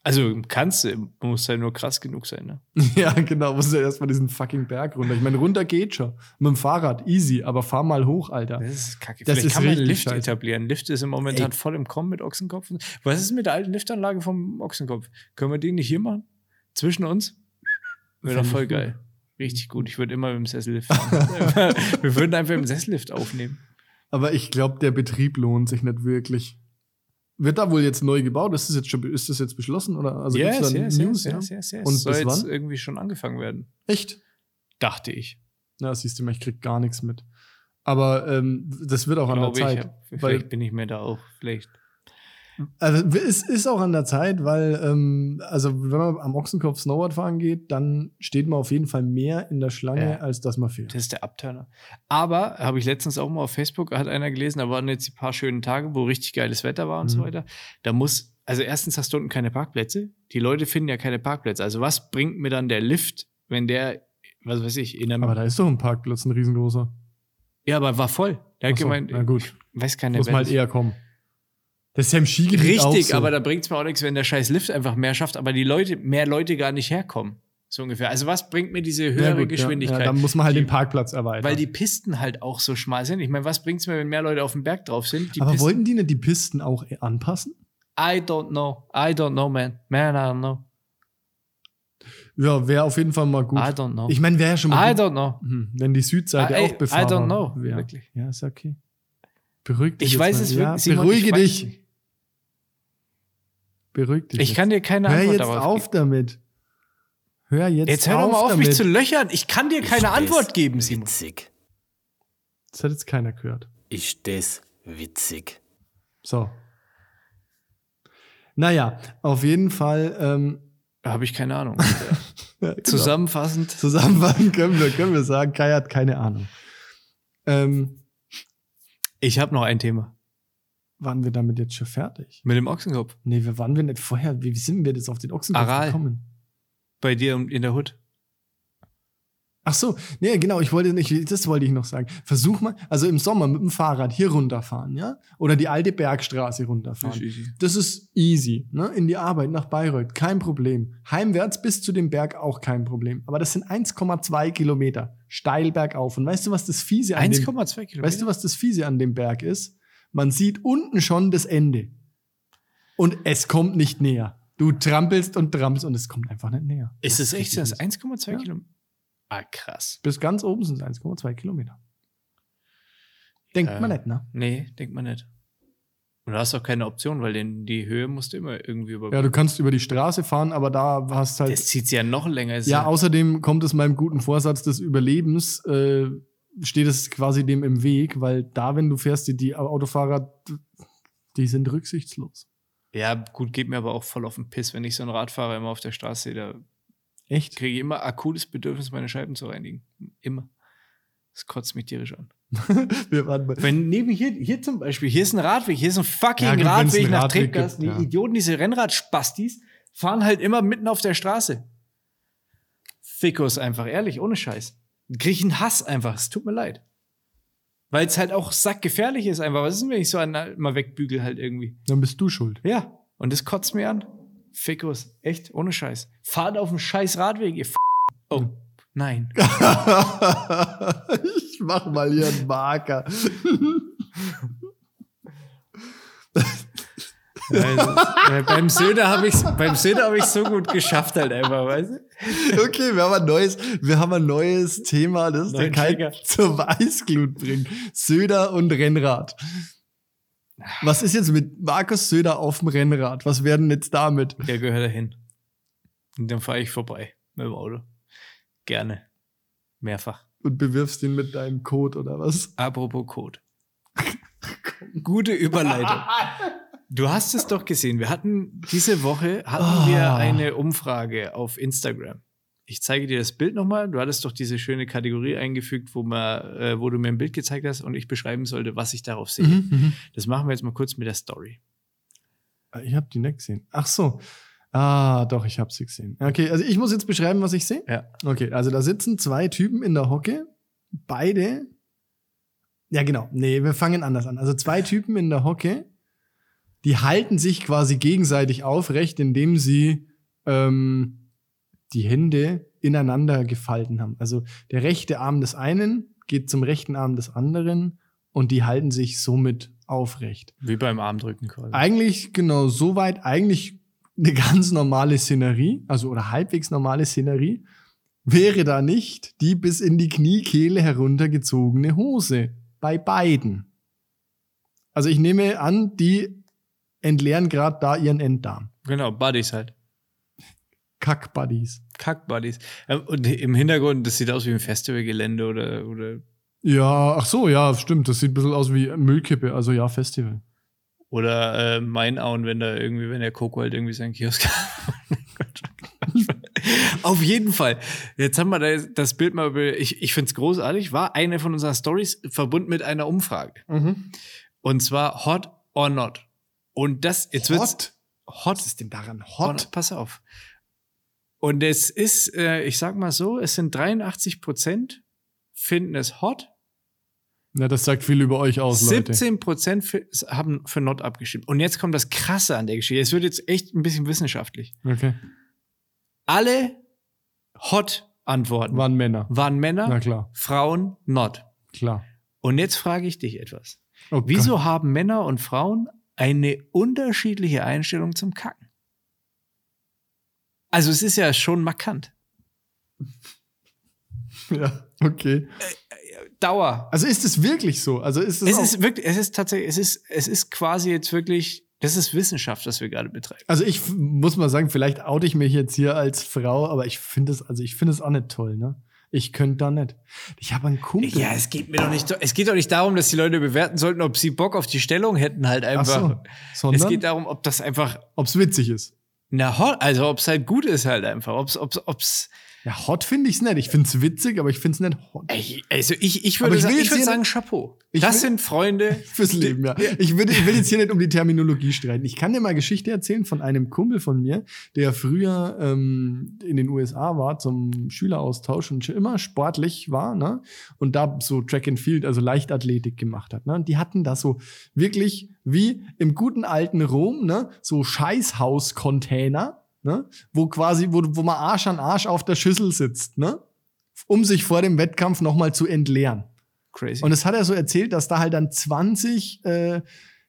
Speaker 1: Also kannst du, muss halt nur krass genug sein. Ne?
Speaker 2: Ja, genau, muss ja erstmal diesen fucking Berg runter. Ich meine, runter geht schon. Mit dem Fahrrad, easy, aber fahr mal hoch, Alter.
Speaker 1: Das ist kacke.
Speaker 2: Das
Speaker 1: Vielleicht
Speaker 2: ist
Speaker 1: kann man einen
Speaker 2: richtig
Speaker 1: Lift
Speaker 2: scheiße.
Speaker 1: etablieren. Lift ist im Momentan voll im Kommen mit Ochsenkopf. Was ist mit der alten Liftanlage vom Ochsenkopf? Können wir den nicht hier machen? Zwischen uns? Wäre doch
Speaker 2: Fänd
Speaker 1: voll
Speaker 2: ich gut.
Speaker 1: geil. Richtig gut. Ich würde immer mit dem Sessellift fahren. wir würden einfach im Sessellift aufnehmen.
Speaker 2: Aber ich glaube, der Betrieb lohnt sich nicht wirklich. Wird da wohl jetzt neu gebaut? Ist das jetzt, schon, ist das jetzt beschlossen? Oder? Also gibt's da News? ja?
Speaker 1: yes, yes.
Speaker 2: Und
Speaker 1: Und soll
Speaker 2: bis
Speaker 1: jetzt
Speaker 2: wann?
Speaker 1: irgendwie schon angefangen werden.
Speaker 2: Echt?
Speaker 1: Dachte ich.
Speaker 2: Na, siehst du mal, ich krieg gar nichts mit. Aber ähm, das wird auch an der
Speaker 1: Glaube ich.
Speaker 2: Zeit.
Speaker 1: ja. Vielleicht
Speaker 2: weil-
Speaker 1: bin ich mir da auch. Vielleicht.
Speaker 2: Also es ist auch an der Zeit, weil ähm, also wenn man am Ochsenkopf Snowboard fahren geht, dann steht man auf jeden Fall mehr in der Schlange,
Speaker 1: Ja.
Speaker 2: als dass man fehlt.
Speaker 1: Das ist der Abturner. Aber, habe ich letztens auch mal auf Facebook, hat einer gelesen, da waren jetzt die paar schönen Tage, wo richtig geiles Wetter war und so
Speaker 2: Mhm.
Speaker 1: weiter. Da muss, also erstens hast du unten keine Parkplätze. Die Leute finden ja keine Parkplätze. Also was bringt mir dann der Lift, wenn der, was weiß ich, in einem,
Speaker 2: Aber da ist doch ein Parkplatz, ein riesengroßer.
Speaker 1: ja, aber war voll. Der
Speaker 2: Ach
Speaker 1: hat
Speaker 2: so,
Speaker 1: gemeint,
Speaker 2: na gut.
Speaker 1: ich weiß keine
Speaker 2: Muss man halt eher kommen. Das ist ja im Skigebiet auch
Speaker 1: Richtig,
Speaker 2: so.
Speaker 1: aber da bringt es mir auch nichts, wenn der scheiß Lift einfach mehr schafft, aber die Leute, mehr Leute gar nicht herkommen. So ungefähr. Also was bringt mir diese höhere
Speaker 2: Ja, gut, ja.
Speaker 1: Geschwindigkeit?
Speaker 2: Ja, dann muss man halt
Speaker 1: Die-
Speaker 2: den Parkplatz erweitern.
Speaker 1: weil die Pisten halt auch so schmal sind. Ich meine, was bringt es mir, wenn mehr Leute auf dem Berg drauf sind? Die
Speaker 2: aber
Speaker 1: Pisten
Speaker 2: wollten die nicht die Pisten auch anpassen?
Speaker 1: I don't know. I don't know, man. Man, I don't know.
Speaker 2: Ja, wäre auf jeden Fall mal gut.
Speaker 1: I don't know.
Speaker 2: ich meine, wäre ja schon mal
Speaker 1: I
Speaker 2: gut,
Speaker 1: don't know.
Speaker 2: Hm, wenn die Südseite
Speaker 1: I- I-
Speaker 2: auch
Speaker 1: I
Speaker 2: befahren
Speaker 1: don't know,
Speaker 2: wär.
Speaker 1: wirklich.
Speaker 2: Ja, ist okay. Beruhig dich.
Speaker 1: Ich
Speaker 2: jetzt
Speaker 1: weiß
Speaker 2: mal.
Speaker 1: es
Speaker 2: ja,
Speaker 1: wirklich. Simon,
Speaker 2: Beruhige
Speaker 1: ich weiß
Speaker 2: dich.
Speaker 1: es nicht.
Speaker 2: Beruhig dich.
Speaker 1: Ich kann dir keine
Speaker 2: Hör
Speaker 1: Antwort
Speaker 2: jetzt
Speaker 1: darauf
Speaker 2: auf
Speaker 1: geben.
Speaker 2: damit. Hör jetzt,
Speaker 1: Jetzt hör doch mal auf,
Speaker 2: damit.
Speaker 1: mich zu löchern. Ich kann dir keine Antwort geben, Simon.
Speaker 3: Witzig.
Speaker 2: Das hat jetzt keiner gehört.
Speaker 3: Ist das witzig.
Speaker 2: So. Naja, auf jeden Fall. Ähm,
Speaker 1: Habe ich keine Ahnung.
Speaker 2: ja, genau.
Speaker 1: Zusammenfassend.
Speaker 2: Zusammenfassen können wir, können wir sagen, Kai hat keine Ahnung. Ähm,
Speaker 1: Ich habe noch ein Thema.
Speaker 2: waren wir damit jetzt schon fertig?
Speaker 1: Mit dem Ochsenkopf.
Speaker 2: Nee, wir waren wir nicht vorher. Wie, wie sind wir jetzt auf den Ochsenkopf
Speaker 1: Aral.
Speaker 2: gekommen?
Speaker 1: Bei dir um, in der Hut.
Speaker 2: Ach so, nee, genau, ich wollte nicht, das wollte ich noch sagen. Versuch mal, also im Sommer mit dem Fahrrad hier runterfahren, ja? Oder die alte Bergstraße runterfahren. Das ist easy. Ne? In die Arbeit nach Bayreuth, kein Problem. Heimwärts bis zu dem Berg auch kein Problem. Aber das sind 1,2 Kilometer steil bergauf. Und weißt du, was das fiese an dem,
Speaker 1: 1,2 Kilometer.
Speaker 2: weißt du, was das fiese an dem Berg ist? Man sieht unten schon das Ende. Und es kommt nicht näher. Du trampelst und trampelst und es kommt einfach nicht näher.
Speaker 1: Ist es echt? Sind
Speaker 2: Das
Speaker 1: das 1,2
Speaker 2: Ja.
Speaker 1: Kilometer? Ah, krass.
Speaker 2: Bis ganz oben sind es 1,2 Kilometer. Denkt
Speaker 1: Ja.
Speaker 2: man nicht, ne?
Speaker 1: Nee, denkt man nicht. Und du hast auch keine Option, weil den, die Höhe musst du immer irgendwie über.
Speaker 2: Ja, du kannst über die Straße fahren, aber da hast halt.
Speaker 1: das zieht ja noch länger. Es ist
Speaker 2: Ja, außerdem kommt es meinem guten Vorsatz des Überlebens, äh, steht es quasi dem im Weg, weil da, wenn du fährst, die, die Autofahrer, die sind rücksichtslos.
Speaker 1: Ja, gut, geht mir aber auch voll auf den Piss, wenn ich so einen Radfahrer immer auf der Straße sehe. Da
Speaker 2: Echt?
Speaker 1: kriege ich immer akutes Bedürfnis, meine Scheiben zu reinigen. Immer. Das kotzt mich tierisch an.
Speaker 2: Wir waren bei
Speaker 1: Wenn neben hier, hier zum Beispiel, hier ist ein Radweg, hier ist ein fucking
Speaker 2: Ja, gut, wenn's
Speaker 1: Radweg
Speaker 2: einen
Speaker 1: nach
Speaker 2: Radweg
Speaker 1: Triebgas. Die
Speaker 2: gibt, ja.
Speaker 1: Idioten, diese Rennradspastis, fahren halt immer mitten auf der Straße. Fickos einfach, ehrlich, ohne Scheiß. Kriege ich einen Hass einfach, es tut mir leid. Weil es halt auch sackgefährlich ist einfach. Was ist denn, wenn ich so einen mal wegbügel halt irgendwie?
Speaker 2: Dann bist du schuld.
Speaker 1: Ja, und das kotzt mir an. Fickos, echt, ohne Scheiß. Fahrt auf dem scheiß Radweg, ihr F Oh, nein.
Speaker 2: ich mach mal hier einen Marker.
Speaker 1: Also, äh, beim Söder habe ich beim Söder habe ich so gut geschafft halt einfach, weißt du?
Speaker 2: Okay, wir haben ein neues, wir haben ein neues Thema, das der
Speaker 1: Neuen
Speaker 2: Kai
Speaker 1: Trigger.
Speaker 2: zur Weißglut bringt. Söder und Rennrad. Was ist jetzt mit Markus Söder auf dem Rennrad? Was werden jetzt damit?
Speaker 1: Der gehört dahin. Und dann fahre ich vorbei mit dem Auto. Gerne. Mehrfach.
Speaker 2: Und bewirfst ihn mit deinem Code oder was?
Speaker 1: Apropos Code. Gute Überleitung. Du hast es doch gesehen. Wir hatten diese Woche hatten
Speaker 2: Ah.
Speaker 1: wir eine Umfrage auf Instagram. Ich zeige dir das Bild nochmal. Du hattest doch diese schöne Kategorie eingefügt, wo, man, äh, wo du mir ein Bild gezeigt hast und ich beschreiben sollte, was ich darauf sehe.
Speaker 2: Mhm,
Speaker 1: Das machen wir jetzt mal kurz mit der Story.
Speaker 2: mhm. Ich habe die nicht gesehen. Ach so. Ah, doch, ich habe sie gesehen. Okay, also ich muss jetzt beschreiben, was ich sehe.
Speaker 1: Ja.
Speaker 2: Okay, also da sitzen zwei Typen in der Hocke. Beide. Ja, genau. Nee, wir fangen anders an. Also zwei Typen in der Hocke, die halten sich quasi gegenseitig aufrecht, indem sie ähm, die Hände ineinander gefalten haben. Also der rechte Arm des einen geht zum rechten Arm des anderen und die halten sich somit aufrecht.
Speaker 1: Wie beim Armdrücken quasi.
Speaker 2: Eigentlich, genau, soweit eigentlich eine ganz normale Szenerie, also oder halbwegs normale Szenerie, wäre da nicht die bis in die Kniekehle heruntergezogene Hose bei beiden. Also ich nehme an, die entleeren gerade da ihren Enddarm.
Speaker 1: Genau, Buddies halt.
Speaker 2: Kack-Buddies.
Speaker 1: Kack-Buddies. Ähm, Und im Hintergrund, das sieht aus wie ein Festivalgelände oder, oder,
Speaker 2: Ja, ach so, ja, stimmt. Das sieht ein bisschen aus wie Müllkippe, also ja, Festival.
Speaker 1: oder äh, Mainauen, wenn da irgendwie, wenn der Coco halt irgendwie seinen Kiosk hat. Auf jeden Fall. Jetzt haben wir da jetzt das Bild mal, über- ich, ich finde es großartig, war eine von unseren Stories verbunden mit einer Umfrage.
Speaker 2: Mhm.
Speaker 1: Und zwar Hot or Not. Und das, jetzt wird's
Speaker 2: Hot?
Speaker 1: Hot
Speaker 2: Was ist denn daran
Speaker 1: Und, pass auf. Und es ist, äh, ich sag mal so, es sind 83 Prozent finden es hot,
Speaker 2: Na, das sagt viel über euch aus, Leute.
Speaker 1: 17 Prozent fi- haben für not abgestimmt. Und jetzt kommt das Krasse an der Geschichte. Es wird jetzt echt ein bisschen wissenschaftlich.
Speaker 2: Okay.
Speaker 1: Alle hot Antworten
Speaker 2: Waren Männer.
Speaker 1: waren
Speaker 2: Na
Speaker 1: Männer,
Speaker 2: klar,
Speaker 1: Frauen not.
Speaker 2: klar.
Speaker 1: Und jetzt frage ich dich etwas.
Speaker 2: Oh
Speaker 1: Wieso haben Männer und Frauen eine unterschiedliche Einstellung zum Kacken? Also es ist ja schon markant.
Speaker 2: Ja, okay.
Speaker 1: Dauer.
Speaker 2: Also ist es wirklich so? Also ist es,
Speaker 1: Es
Speaker 2: auch,
Speaker 1: ist wirklich, es ist tatsächlich, es ist, es ist quasi jetzt wirklich, das ist Wissenschaft, was wir gerade betreiben.
Speaker 2: also ich f- muss mal sagen, vielleicht oute ich mich jetzt hier als Frau, aber ich finde es, also ich finde es auch nicht toll, ne? Ich könnte da nicht. Ich habe einen Kumpel.
Speaker 1: Ja, es geht mir doch nicht, es geht doch nicht darum, dass die Leute bewerten sollten, ob sie Bock auf die Stellung hätten, halt
Speaker 2: Ach
Speaker 1: einfach.
Speaker 2: so. Sondern,
Speaker 1: es geht darum, ob das einfach,
Speaker 2: ob es witzig ist.
Speaker 1: na, ho- also ob es halt gut ist, halt einfach. Ob's, ob's, ob's,
Speaker 2: Ja, hot finde ich es nicht. Ich finde es witzig, aber ich finde es nicht hot.
Speaker 1: ey, also ich, ich
Speaker 2: Aber
Speaker 1: würde
Speaker 2: ich
Speaker 1: sagen,
Speaker 2: will
Speaker 1: ich
Speaker 2: jetzt
Speaker 1: würde
Speaker 2: hier-
Speaker 1: sagen, Chapeau.
Speaker 2: Ich
Speaker 1: Das
Speaker 2: will-
Speaker 1: sind Freunde.
Speaker 2: Fürs Leben, ja. Ich, würde, ich will jetzt hier nicht um die Terminologie streiten. Ich kann dir mal Geschichte erzählen von einem Kumpel von mir, der früher ähm, in den USA war zum Schüleraustausch und schon immer sportlich war, ne? Und da so Track and Field, also Leichtathletik gemacht hat. Ne? Und die hatten da so wirklich wie im guten alten Rom, ne, so Scheißhaus-Container, ne? Wo quasi, wo, wo man Arsch an Arsch auf der Schüssel sitzt, ne? Um sich vor dem Wettkampf nochmal zu entleeren.
Speaker 1: Crazy.
Speaker 2: Und das hat er so erzählt, dass da halt dann 20 äh,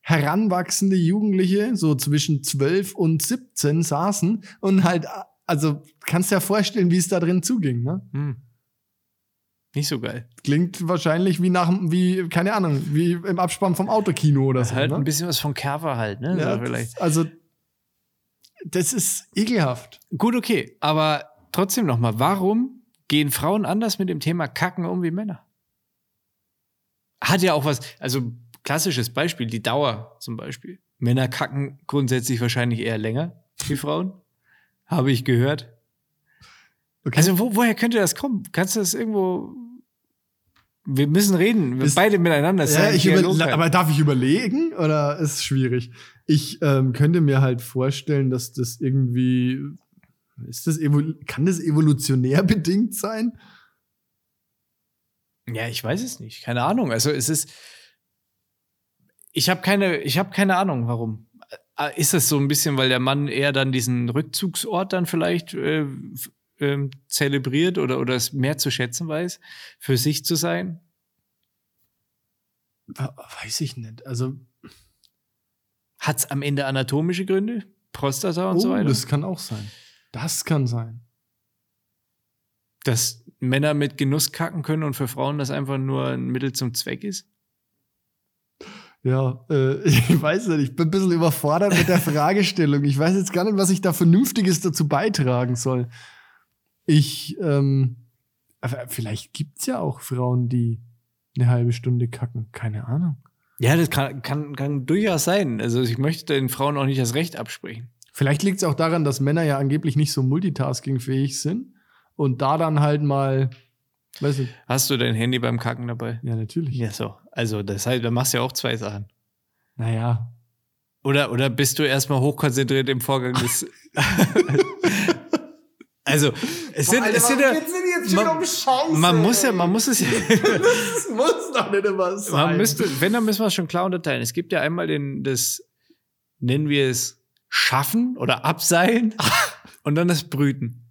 Speaker 2: heranwachsende Jugendliche so zwischen 12 und 17 saßen und halt, also kannst dir ja vorstellen, wie es da drin zuging. Ne?
Speaker 1: hm. Nicht so geil.
Speaker 2: Klingt wahrscheinlich wie nach, wie, keine Ahnung, wie im Abspann vom Autokino oder so.
Speaker 1: Halt
Speaker 2: ne?
Speaker 1: ein bisschen was von Carver halt, ne?
Speaker 2: ja,
Speaker 1: so vielleicht.
Speaker 2: das, also, das ist ekelhaft.
Speaker 1: Gut, okay, aber trotzdem nochmal, warum gehen Frauen anders mit dem Thema Kacken um wie Männer? Hat ja auch was, also klassisches Beispiel, die Dauer zum Beispiel. Männer kacken grundsätzlich wahrscheinlich eher länger wie Frauen, habe ich gehört.
Speaker 2: Okay.
Speaker 1: Also wo, woher könnte das kommen? Kannst du das irgendwo... Wir müssen reden, wir
Speaker 2: Ist-
Speaker 1: beide miteinander. Es
Speaker 2: Ja,
Speaker 1: sei ein
Speaker 2: ich überle-
Speaker 1: Dialog halt.
Speaker 2: aber darf ich überlegen oder ist schwierig? Ich ähm, könnte mir halt vorstellen, dass das irgendwie ist das evol kann das evolutionär bedingt sein?
Speaker 1: Ja, ich weiß es nicht. Keine Ahnung. Also es ist. Ich habe keine, ich habe keine Ahnung, warum. Äh, Ist das so ein bisschen, weil der Mann eher dann diesen Rückzugsort dann vielleicht äh, f- ähm, zelebriert oder, oder es mehr zu schätzen weiß, für sich zu sein?
Speaker 2: Weiß ich nicht. Also
Speaker 1: Hat es am Ende anatomische Gründe? Prostata und so
Speaker 2: oh,
Speaker 1: weiter?
Speaker 2: das kann auch sein. Das kann sein.
Speaker 1: Dass Männer mit Genuss kacken können und für Frauen das einfach nur ein Mittel zum Zweck ist?
Speaker 2: Ja, äh, ich weiß nicht. Ich bin ein bisschen überfordert mit der Fragestellung. Ich weiß jetzt gar nicht, was ich da Vernünftiges dazu beitragen soll. Ich, ähm, aber vielleicht gibt's ja auch Frauen, die eine halbe Stunde kacken. Keine Ahnung.
Speaker 1: Ja, das kann, kann, kann durchaus sein. Also ich möchte den Frauen auch nicht das Recht absprechen.
Speaker 2: Vielleicht liegt es auch daran, dass Männer ja angeblich nicht so multitaskingfähig sind und da dann halt mal, weißt du,
Speaker 1: Hast du dein Handy beim Kacken dabei?
Speaker 2: ja, natürlich.
Speaker 1: Ja, so. Also das heißt, dann machst du ja auch zwei Sachen.
Speaker 2: Naja,
Speaker 1: Oder, oder bist du erstmal hochkonzentriert im Vorgang des. also, es sind, es sind ja,
Speaker 2: jetzt
Speaker 1: schon man- um
Speaker 2: Scheiße?
Speaker 1: man muss ja, man muss es ja.
Speaker 2: Das muss doch nicht immer sein.
Speaker 1: Man müsste, wenn, dann müssen wir es schon klar unterteilen. Es gibt ja einmal den, das, nennen wir es Schaffen oder Abseilen und dann das Brüten.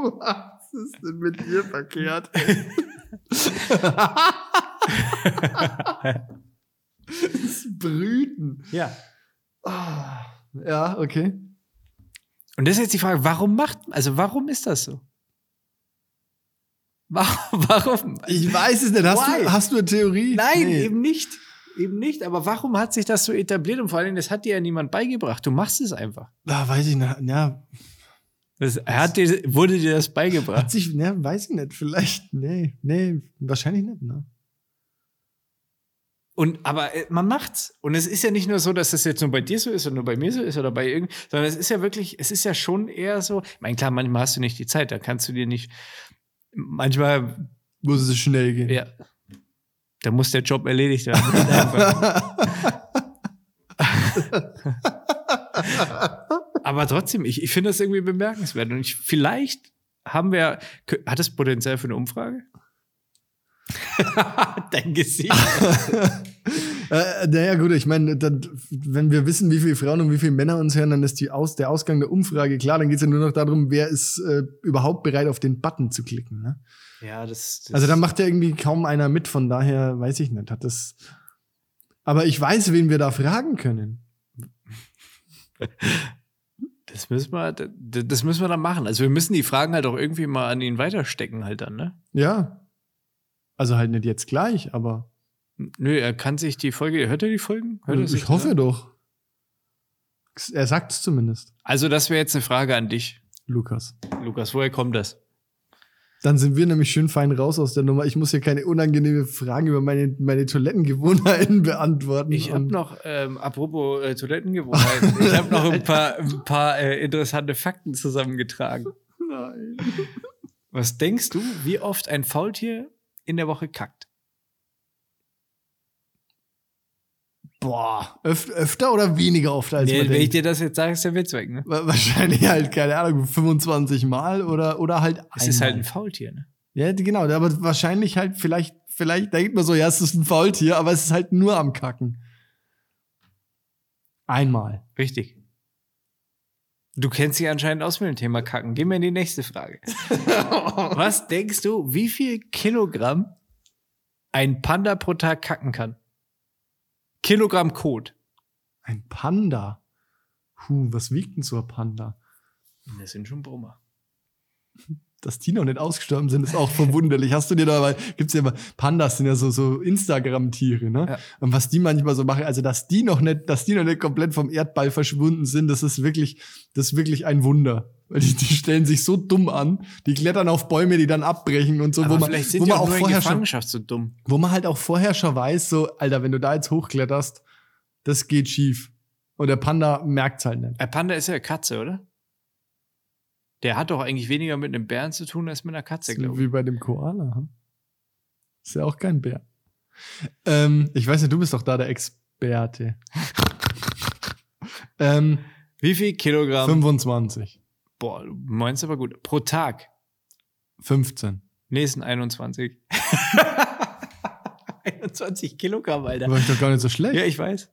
Speaker 2: Was ist denn mit dir verkehrt? das Brüten.
Speaker 1: Ja.
Speaker 2: Ah, Ja, okay.
Speaker 1: Und das ist jetzt die Frage, warum macht, also warum ist das so? Warum? warum?
Speaker 2: Ich weiß es nicht. Hast,
Speaker 1: Why?
Speaker 2: du, hast du eine Theorie?
Speaker 1: Nein,
Speaker 2: Nee.
Speaker 1: eben nicht. Eben nicht. Aber warum hat sich das so etabliert? Und vor allen Dingen, das hat dir ja niemand beigebracht. Du machst es einfach.
Speaker 2: Ah, weiß ich nicht. Ja,
Speaker 1: Das hat dir, wurde dir das
Speaker 2: hat
Speaker 1: beigebracht.
Speaker 2: sich, ne, weiß ich nicht. Vielleicht, nee, nee, wahrscheinlich nicht. Ne?
Speaker 1: Und aber äh, man macht's. Und es ist ja nicht nur so, dass das jetzt nur bei dir so ist oder nur bei mir so ist oder bei irgend, sondern es ist ja wirklich, es ist ja schon eher so. Ich meine, klar, manchmal hast du nicht die Zeit, da kannst du dir nicht. Manchmal,
Speaker 2: Muss es schnell gehen.
Speaker 1: ja, da muss der Job erledigt werden. Einfach. aber trotzdem, ich, ich finde das irgendwie bemerkenswert. Und ich, vielleicht haben wir, kö- hat das Potenzial für eine Umfrage? Dein Gesicht.
Speaker 2: Äh, naja, gut, ich meine, dann, wenn wir wissen, wie viele Frauen und wie viele Männer uns hören, dann ist die Aus, der Ausgang der Umfrage klar. Dann geht es ja nur noch darum, wer ist äh, überhaupt bereit, auf den Button zu klicken. Ne?
Speaker 1: Ja, das, das
Speaker 2: Also da macht ja irgendwie kaum einer mit, von daher weiß ich nicht. Hat das. Aber ich weiß, wen wir da fragen können.
Speaker 1: Das müssen wir, d- d- das müssen wir dann machen. Also wir müssen die Fragen halt auch irgendwie mal an ihn weiterstecken halt dann, ne?
Speaker 2: Ja. Also halt nicht jetzt gleich, aber
Speaker 1: N- Nö, er kann sich die Folge, hört er die Folgen? Hört er sich
Speaker 2: ich
Speaker 1: das
Speaker 2: hoffe
Speaker 1: an?
Speaker 2: doch. Er sagt es zumindest,
Speaker 1: Also das wäre jetzt eine Frage an dich,
Speaker 2: Lukas.
Speaker 1: Lukas. Woher kommt das?
Speaker 2: Dann sind wir nämlich schön fein raus aus der Nummer. Ich muss hier keine unangenehme Fragen über meine, meine Toilettengewohnheiten beantworten.
Speaker 1: Ich habe
Speaker 2: Und-
Speaker 1: noch, ähm, apropos äh, Toilettengewohnheiten, ich habe noch ein paar, ein paar äh, interessante Fakten zusammengetragen.
Speaker 2: Nein.
Speaker 1: Was denkst du, wie oft ein Faultier in der Woche kackt?
Speaker 2: Boah, öf öfter oder weniger oft als
Speaker 1: Nee,
Speaker 2: man
Speaker 1: Äh, wenn ich
Speaker 2: denkt?
Speaker 1: dir das jetzt sage, ist der Witz weg, ne?
Speaker 2: Wa- Wahrscheinlich halt, keine Ahnung, 25 Mal oder, oder halt
Speaker 1: Es ist halt ein
Speaker 2: einmal.
Speaker 1: Faultier, ne?
Speaker 2: Ja, genau, aber wahrscheinlich halt vielleicht, vielleicht denkt man so, ja, es ist ein Faultier, aber es ist halt nur am Kacken. Einmal.
Speaker 1: Richtig. Du kennst dich anscheinend aus mit dem Thema Kacken. Geh mir in die nächste Frage. Was denkst du, wie viel Kilogramm ein Panda pro Tag kacken kann? Kilogramm Kot.
Speaker 2: Ein Panda. Huh, was wiegt denn so ein Panda?
Speaker 1: Das sind schon Brummer.
Speaker 2: Dass die noch nicht ausgestorben sind, ist auch verwunderlich. Hast du dir da mal, gibt's ja immer, Pandas sind ja so, so Instagram-Tiere, ne?
Speaker 1: Ja.
Speaker 2: Und was die manchmal so machen, also dass die noch nicht, dass die noch nicht komplett vom Erdball verschwunden sind, das ist wirklich, das ist wirklich ein Wunder. Weil die, die stellen sich so dumm an, die klettern auf Bäume, die dann abbrechen und so,
Speaker 1: Aber
Speaker 2: wo man,
Speaker 1: vielleicht sind
Speaker 2: wo
Speaker 1: die
Speaker 2: man
Speaker 1: auch,
Speaker 2: auch
Speaker 1: nur in
Speaker 2: vorher schon
Speaker 1: Gefangenschaft so dumm.
Speaker 2: wo man halt auch vorher schon weiß, so, Alter, wenn du da jetzt hochkletterst, das geht schief. Und der Panda merkt's halt nicht.
Speaker 1: Ein Äh, Panda ist ja eine Katze, oder? Der hat doch eigentlich weniger mit einem Bären zu tun als mit einer Katze, glaube ich.
Speaker 2: Wie bei dem Koala. hm? Ist ja auch kein Bär. Ähm, ich weiß ja, du bist doch da der Experte. ähm,
Speaker 1: Wie viel Kilogramm?
Speaker 2: 25.
Speaker 1: Boah, du meinst aber gut. Pro Tag.
Speaker 2: 15.
Speaker 1: Nee, es sind 21. 21 Kilogramm, Alter.
Speaker 2: War ich doch gar nicht so
Speaker 1: Ja,
Speaker 2: schlecht.
Speaker 1: ich weiß.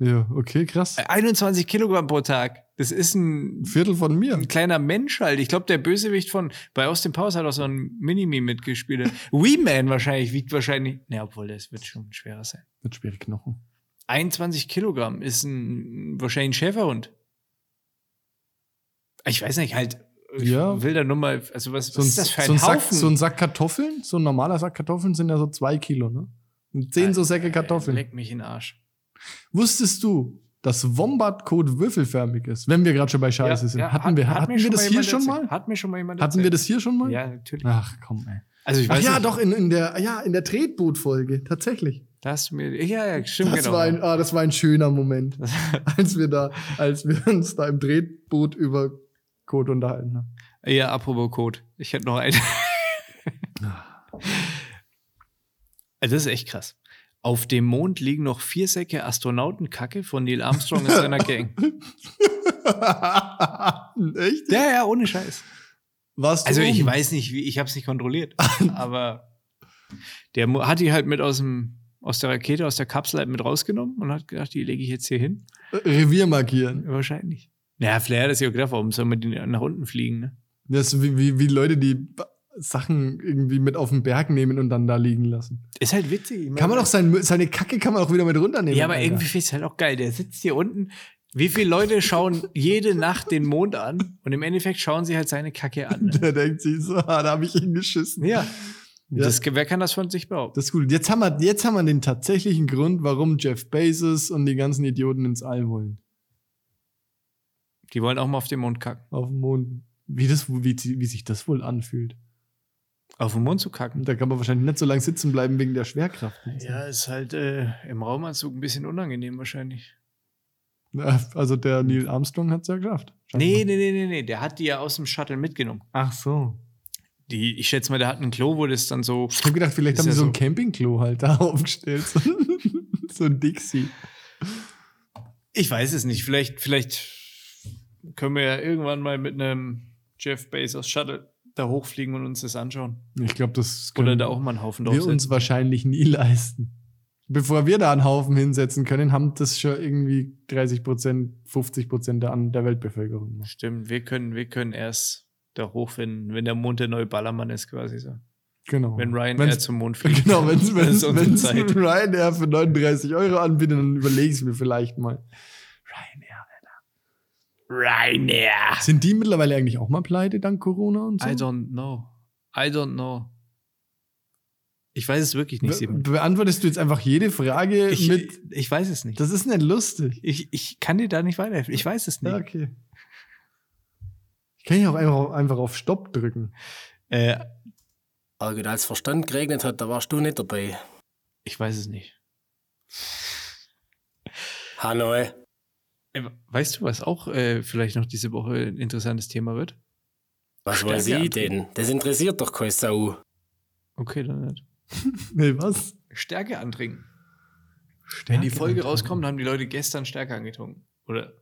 Speaker 2: Ja, okay, krass.
Speaker 1: Äh, 21 Kilogramm pro Tag. Das ist ein,
Speaker 2: Ein Viertel von mir.
Speaker 1: ein kleiner Mensch halt. Ich glaube, der Bösewicht von bei Austin Powers hat auch so ein Minimi mitgespielt. Wee Man wahrscheinlich wiegt wahrscheinlich. Ne, obwohl das wird schon schwerer sein.
Speaker 2: Mit schweren Knochen.
Speaker 1: 21 Kilogramm ist ein wahrscheinlich ein Schäferhund. Ich weiß nicht, halt. Ich
Speaker 2: Ja.
Speaker 1: will da nur mal. Also was, was
Speaker 2: So ein,
Speaker 1: ist das für ein,
Speaker 2: so, ein Sack,
Speaker 1: Haufen?
Speaker 2: so ein Sack Kartoffeln, so ein normaler Sack Kartoffeln sind ja so zwei Kilo, ne? Und zehn so Säcke Kartoffeln.
Speaker 1: Leck mich in den Arsch.
Speaker 2: Wusstest du, dass Wombat-Code würfelförmig ist? Wenn wir gerade schon bei Scheiße
Speaker 1: Ja,
Speaker 2: sind.
Speaker 1: ja,
Speaker 2: hatten
Speaker 1: hat-
Speaker 2: wir,
Speaker 1: hat
Speaker 2: hatten
Speaker 1: mir
Speaker 2: wir das
Speaker 1: mal
Speaker 2: hier
Speaker 1: jemand
Speaker 2: schon
Speaker 1: erzählt.
Speaker 2: mal?
Speaker 1: Hat mir schon mal jemand
Speaker 2: Hatten wir das hier schon mal?
Speaker 1: Ja, natürlich.
Speaker 2: Ach komm, ey.
Speaker 1: Also ich
Speaker 2: Ach
Speaker 1: weiß
Speaker 2: ja,
Speaker 1: nicht,
Speaker 2: doch, in, in der, ja, in der Tretboot-Folge, tatsächlich.
Speaker 1: Da hast du mir, ja, ja, stimmt
Speaker 2: Das,
Speaker 1: genau.
Speaker 2: war ein, ah, das war ein schöner Moment, als wir da, als wir uns da im Tretboot über Code unterhalten haben.
Speaker 1: ja, apropos Code. Ich hätte noch einen. also das ist echt krass. Auf dem Mond liegen noch vier Säcke Astronautenkacke von Neil Armstrong und seiner Gang.
Speaker 2: Echt?
Speaker 1: Ja, ja, ohne Scheiß.
Speaker 2: Warst du
Speaker 1: Also ich
Speaker 2: oben?
Speaker 1: weiß nicht, wie, ich habe es nicht kontrolliert, aber der Mo- hat die halt mit aus dem aus der Rakete, aus der Kapsel halt mit rausgenommen und hat gedacht, die lege ich jetzt hier hin.
Speaker 2: Revier markieren.
Speaker 1: Wahrscheinlich. Naja, vielleicht hat er sich auch gedacht, warum soll man die nach unten fliegen, ne?
Speaker 2: Das ist wie, wie, wie Leute, die ba- Sachen irgendwie mit auf den Berg nehmen und dann da liegen lassen.
Speaker 1: Ist halt witzig. ich mein-
Speaker 2: Kann man doch sein, Mü- seine Kacke kann man auch wieder mit runternehmen.
Speaker 1: Ja, aber
Speaker 2: Alter.
Speaker 1: irgendwie finde ich es halt auch geil. Der sitzt hier unten. Wie viele Leute schauen jede Nacht den Mond an und im Endeffekt schauen sie halt seine Kacke an. Ne?
Speaker 2: Der denkt sich so, ah, da habe ich hingeschissen.
Speaker 1: Ja.
Speaker 2: Ja.
Speaker 1: Das, wer kann das von sich behaupten?
Speaker 2: Das ist gut. Jetzt haben, wir, jetzt haben wir den tatsächlichen Grund, warum Jeff Bezos und die ganzen Idioten ins All wollen.
Speaker 1: Die wollen auch mal auf den Mond kacken.
Speaker 2: Auf dem Mond. Wie, das, wie, wie sich das wohl anfühlt.
Speaker 1: Auf den Mond zu kacken.
Speaker 2: Da kann man wahrscheinlich nicht so lange sitzen bleiben wegen der Schwerkraft.
Speaker 1: Ja, ist halt äh, im Raumanzug ein bisschen unangenehm wahrscheinlich.
Speaker 2: Also der Neil Armstrong hat es ja geschafft.
Speaker 1: Nee, nee,
Speaker 2: Scheinbar.
Speaker 1: nee, nee, nee. Der hat die ja aus dem Shuttle mitgenommen.
Speaker 2: Ach so.
Speaker 1: Die, ich schätze mal, der hat ein Klo, wo das dann so.
Speaker 2: Ich habe gedacht, vielleicht
Speaker 1: Ist
Speaker 2: haben
Speaker 1: ja
Speaker 2: sie so ein
Speaker 1: so.
Speaker 2: Campingklo halt da aufgestellt. So, so ein Dixie.
Speaker 1: Ich weiß es nicht. Vielleicht, vielleicht können wir ja irgendwann mal mit einem Jeff Bezos Shuttle da hochfliegen und uns das anschauen.
Speaker 2: Ich glaube, das
Speaker 1: Oder
Speaker 2: können
Speaker 1: da auch mal einen Haufen
Speaker 2: wir uns wahrscheinlich nie leisten. Bevor wir da einen Haufen hinsetzen können, haben das schon irgendwie 30 Prozent, 50 Prozent der, an- der Weltbevölkerung. gemacht.
Speaker 1: Stimmt, wir können, wir können erst da hoch, wenn, wenn der Mond der neue Ballermann ist, quasi so.
Speaker 2: Genau.
Speaker 1: Wenn Ryan
Speaker 2: Wenn's-
Speaker 1: Air zum Mond fliegt.
Speaker 2: Genau, wenn es
Speaker 1: Das ist unsere Zeit.
Speaker 2: Ryanair für 39 Euro anbietet, dann überlege ich es mir vielleicht mal. Ryanair.
Speaker 1: Ryanair!
Speaker 2: Sind die mittlerweile eigentlich auch mal pleite dank Corona und so?
Speaker 1: I don't know. I don't know. Ich weiß es wirklich nicht,
Speaker 2: Be
Speaker 1: Simon.
Speaker 2: beantwortest du jetzt einfach jede Frage
Speaker 1: Ich,
Speaker 2: mit.
Speaker 1: ich weiß es nicht.
Speaker 2: Das ist nicht lustig.
Speaker 1: Ich, ich kann dir da nicht weiterhelfen. Ich weiß es nicht.
Speaker 2: Ja, okay. Ich kann ja auch einfach, einfach auf Stopp drücken.
Speaker 1: Äh,
Speaker 3: Argut, als Verstand geregnet hat, da warst du nicht dabei.
Speaker 1: ich weiß es nicht.
Speaker 3: Hanoi.
Speaker 1: Äh, Weißt du, was auch äh, vielleicht noch diese Woche ein interessantes Thema wird?
Speaker 3: Was
Speaker 1: Stärke
Speaker 3: weiß ich
Speaker 1: antreten.
Speaker 3: denn? Das interessiert doch keine Sau.
Speaker 1: Okay, dann nicht.
Speaker 2: Nee, was? genau.
Speaker 1: Stärke antrinken. Wenn die Folge rauskommt, haben die Leute gestern Stärke angetrunken. Oder?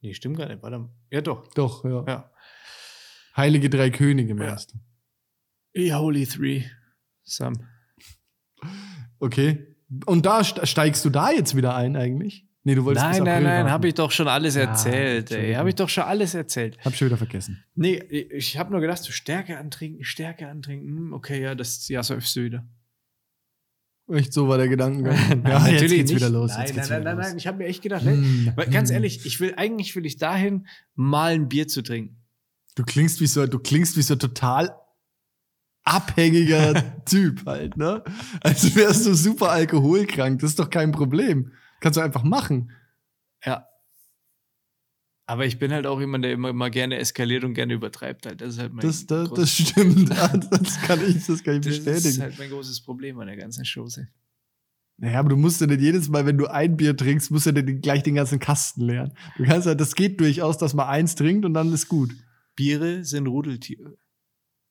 Speaker 1: Nee, stimmt gar nicht. Warte mal. Ja, doch.
Speaker 2: Doch, ja.
Speaker 1: Ja.
Speaker 2: Heilige drei Könige, meinst du?
Speaker 1: E Holy Three. Sam.
Speaker 2: Okay. Und da st- steigst du da jetzt wieder ein eigentlich? Nee, du wolltest
Speaker 1: Nein, nein, nein, habe ich doch schon alles
Speaker 2: Ja,
Speaker 1: erzählt. Ey,
Speaker 2: Entschuldigung.
Speaker 1: habe ich doch schon alles erzählt.
Speaker 2: Hab schon wieder vergessen.
Speaker 1: Nee, ich habe nur gedacht, so Stärke antrinken, Stärke antrinken. Hm, Okay, ja, das ja, säufst du wieder.
Speaker 2: Echt so war der Gedankengang. ja,
Speaker 1: Nein,
Speaker 2: jetzt
Speaker 1: natürlich
Speaker 2: geht's
Speaker 1: nicht.
Speaker 2: wieder los.
Speaker 1: Nein,
Speaker 2: jetzt
Speaker 1: nein,
Speaker 2: geht's
Speaker 1: nein,
Speaker 2: wieder
Speaker 1: nein,
Speaker 2: los.
Speaker 1: nein, ich habe mir echt gedacht, ne?
Speaker 2: Mm.
Speaker 1: Weil ganz ehrlich, ich will eigentlich will ich dahin mal ein Bier zu trinken.
Speaker 2: Du klingst wie so, du klingst wie so total abhängiger Typ halt, ne? Als wärst du super alkoholkrank. Das ist doch kein Problem. Kannst du einfach machen.
Speaker 1: Aber ich bin halt auch jemand, der immer, immer gerne eskaliert und gerne übertreibt. Halt. Das ist halt mein
Speaker 2: Das, das, das
Speaker 1: großes-
Speaker 2: stimmt. Ja, Das kann ich, das kann ich
Speaker 1: das ist
Speaker 2: bestätigen.
Speaker 1: halt mein großes Problem an der ganzen Chose.
Speaker 2: Naja, aber du musst ja nicht jedes Mal, wenn du ein Bier trinkst, musst du ja nicht gleich den ganzen Kasten leeren. Du kannst ja, das geht durchaus, dass man eins trinkt und dann ist gut.
Speaker 1: Biere sind Rudeltiere.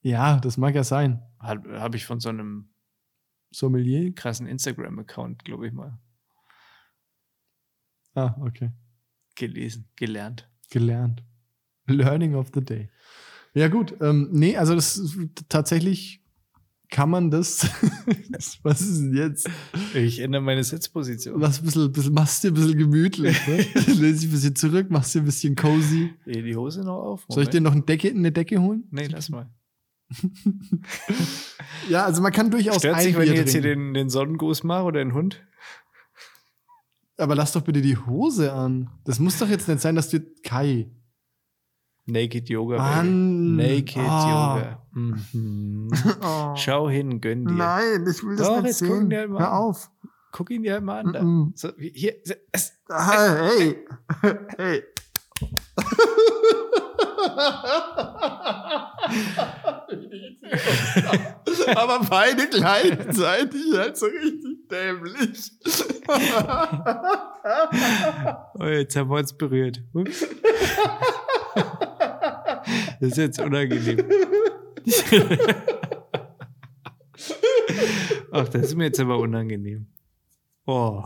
Speaker 2: Ja, das mag ja sein.
Speaker 1: Habe hab ich von so einem
Speaker 2: Sommelier?
Speaker 1: krassen Instagram-Account, glaube ich mal,
Speaker 2: Ah, okay.
Speaker 1: gelesen, gelernt.
Speaker 2: Gelernt. Learning of the day. Ja, gut. Ähm, nee, also das ist- tatsächlich kann man das. was ist denn jetzt?
Speaker 1: Ich ändere meine Sitzposition.
Speaker 2: Lass ein bisschen, bisschen, machst dir ein bisschen gemütlich. Ne? Lehn dich ein bisschen zurück, machst dir ein bisschen cozy.
Speaker 1: Eh, Die Hose noch auf.
Speaker 2: Soll ich dir noch eine Decke, eine Decke holen?
Speaker 1: Nee, lass mal.
Speaker 2: Ja, also man kann durchaus
Speaker 1: Stört
Speaker 2: ein
Speaker 1: sich, wenn
Speaker 2: Bier
Speaker 1: ich jetzt hier
Speaker 2: trinken.
Speaker 1: den, den Sonnengruß mache oder den Hund?
Speaker 2: Aber lass doch bitte die Hose an. Das muss doch jetzt nicht sein, dass du Kai.
Speaker 1: Naked Yoga.
Speaker 2: Mann.
Speaker 1: Baby. Naked
Speaker 2: Ah.
Speaker 1: Yoga. Mhm.
Speaker 2: Oh.
Speaker 1: Schau hin, gönn dir.
Speaker 2: Nein, ich will das
Speaker 1: Doch,
Speaker 2: nicht
Speaker 1: jetzt gucken
Speaker 2: sehen.
Speaker 1: wir halt mal
Speaker 2: Hör
Speaker 1: an.
Speaker 2: auf.
Speaker 1: Guck ihn dir halt mal an. Da.
Speaker 2: Mm-mm.
Speaker 1: So, wie- hier. so, es-
Speaker 2: Ah, Hey, hey, hey. aber beide gleichzeitig halt so richtig dämlich.
Speaker 1: Oh, jetzt haben wir uns berührt. Ups. Das ist jetzt unangenehm. Ach, das ist mir jetzt aber unangenehm. Oh.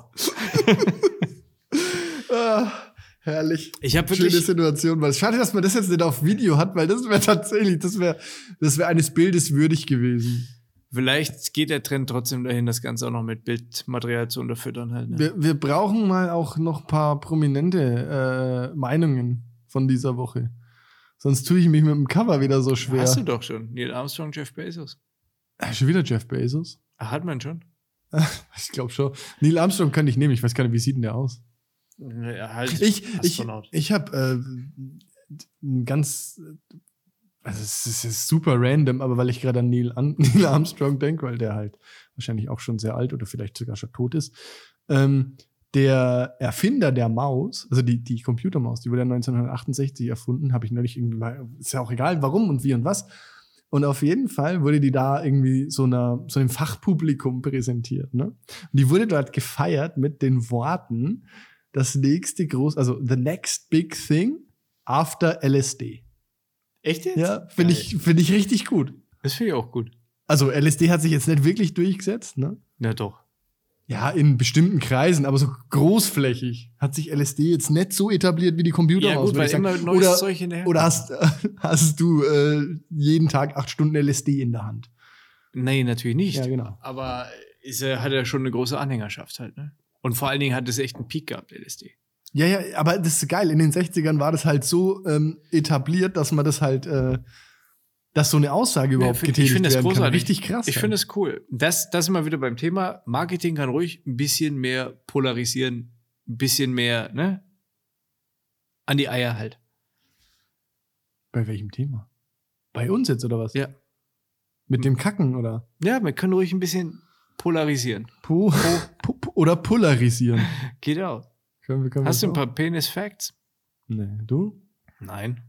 Speaker 2: ah, herrlich.
Speaker 1: Ich habe
Speaker 2: Schöne
Speaker 1: wirklich.
Speaker 2: Situation. Weil schade, dass man das jetzt nicht auf Video hat, weil das wäre tatsächlich, das wäre das wär eines Bildes würdig gewesen.
Speaker 1: Vielleicht geht der Trend trotzdem dahin, das Ganze auch noch mit Bildmaterial zu unterfüttern halt. Ne?
Speaker 2: Wir, wir brauchen mal auch noch ein paar prominente äh, Meinungen von dieser Woche. Sonst tue ich mich mit dem Cover wieder so schwer.
Speaker 1: Hast du doch schon. Neil Armstrong, Jeff Bezos.
Speaker 2: Ah, Schon wieder Jeff Bezos?
Speaker 1: Ah, Hat man schon.
Speaker 2: Ich glaube schon. Neil Armstrong kann ich nehmen. Ich weiß gar nicht, wie sieht denn der aus?
Speaker 1: Ja, halt.
Speaker 2: Ich, ich,
Speaker 1: Astronaut.
Speaker 2: ich habe äh, ein ganz. Also es ist, es ist super random, aber weil ich gerade an Neil, an Neil Armstrong denke, weil der halt wahrscheinlich auch schon sehr alt oder vielleicht sogar schon tot ist. Ähm, der Erfinder der Maus, also die, die Computermaus, die wurde 1968 erfunden, habe ich neulich irgendwie mal, ist ja auch egal, warum und wie und was. Und auf jeden Fall wurde die da irgendwie so, einer, so einem Fachpublikum präsentiert. Ne? Und die wurde dort gefeiert mit den Worten, das nächste groß, also the next big thing after LSD.
Speaker 1: Echt jetzt?
Speaker 2: Ja, finde ich, finde ich richtig gut.
Speaker 1: Das finde ich auch gut.
Speaker 2: Also LSD hat sich jetzt nicht wirklich durchgesetzt, ne?
Speaker 1: Na doch.
Speaker 2: Ja, in bestimmten Kreisen, aber so großflächig hat sich LSD jetzt nicht so etabliert wie die Computer.
Speaker 1: Ja, gut, weil immer neues
Speaker 2: Oder-
Speaker 1: Zeug hinterher.
Speaker 2: Oder hast, hast du äh, jeden Tag acht Stunden LSD in der Hand?
Speaker 1: Nee, natürlich nicht.
Speaker 2: Ja, genau.
Speaker 1: Aber ist, er- hat er schon eine große Anhängerschaft halt, ne? Und vor allen Dingen hat es echt einen Peak gehabt, LSD.
Speaker 2: Ja, ja, aber das ist geil. In den 60ern war das halt so ähm, etabliert, dass man das halt, äh, dass so eine Aussage überhaupt
Speaker 1: find- ich
Speaker 2: getätigt
Speaker 1: find das
Speaker 2: werden kann.
Speaker 1: großartig.
Speaker 2: Richtig krass. halt.
Speaker 1: Ich
Speaker 2: ja.
Speaker 1: finde es cool. Das, das immer wieder beim Thema. Marketing kann ruhig ein bisschen mehr polarisieren, ein bisschen mehr, ne? An die Eier halt.
Speaker 2: Bei welchem Thema? Bei uns jetzt oder was?
Speaker 1: Ja.
Speaker 2: Mit dem Kacken oder?
Speaker 1: Ja, wir können ruhig ein bisschen polarisieren.
Speaker 2: Po, po, po oder polarisieren.
Speaker 1: Geht auch.
Speaker 2: Können wir, können
Speaker 1: Hast du
Speaker 2: wir
Speaker 1: ein paar Penis-Facts?
Speaker 2: Nee, du?
Speaker 1: Nein.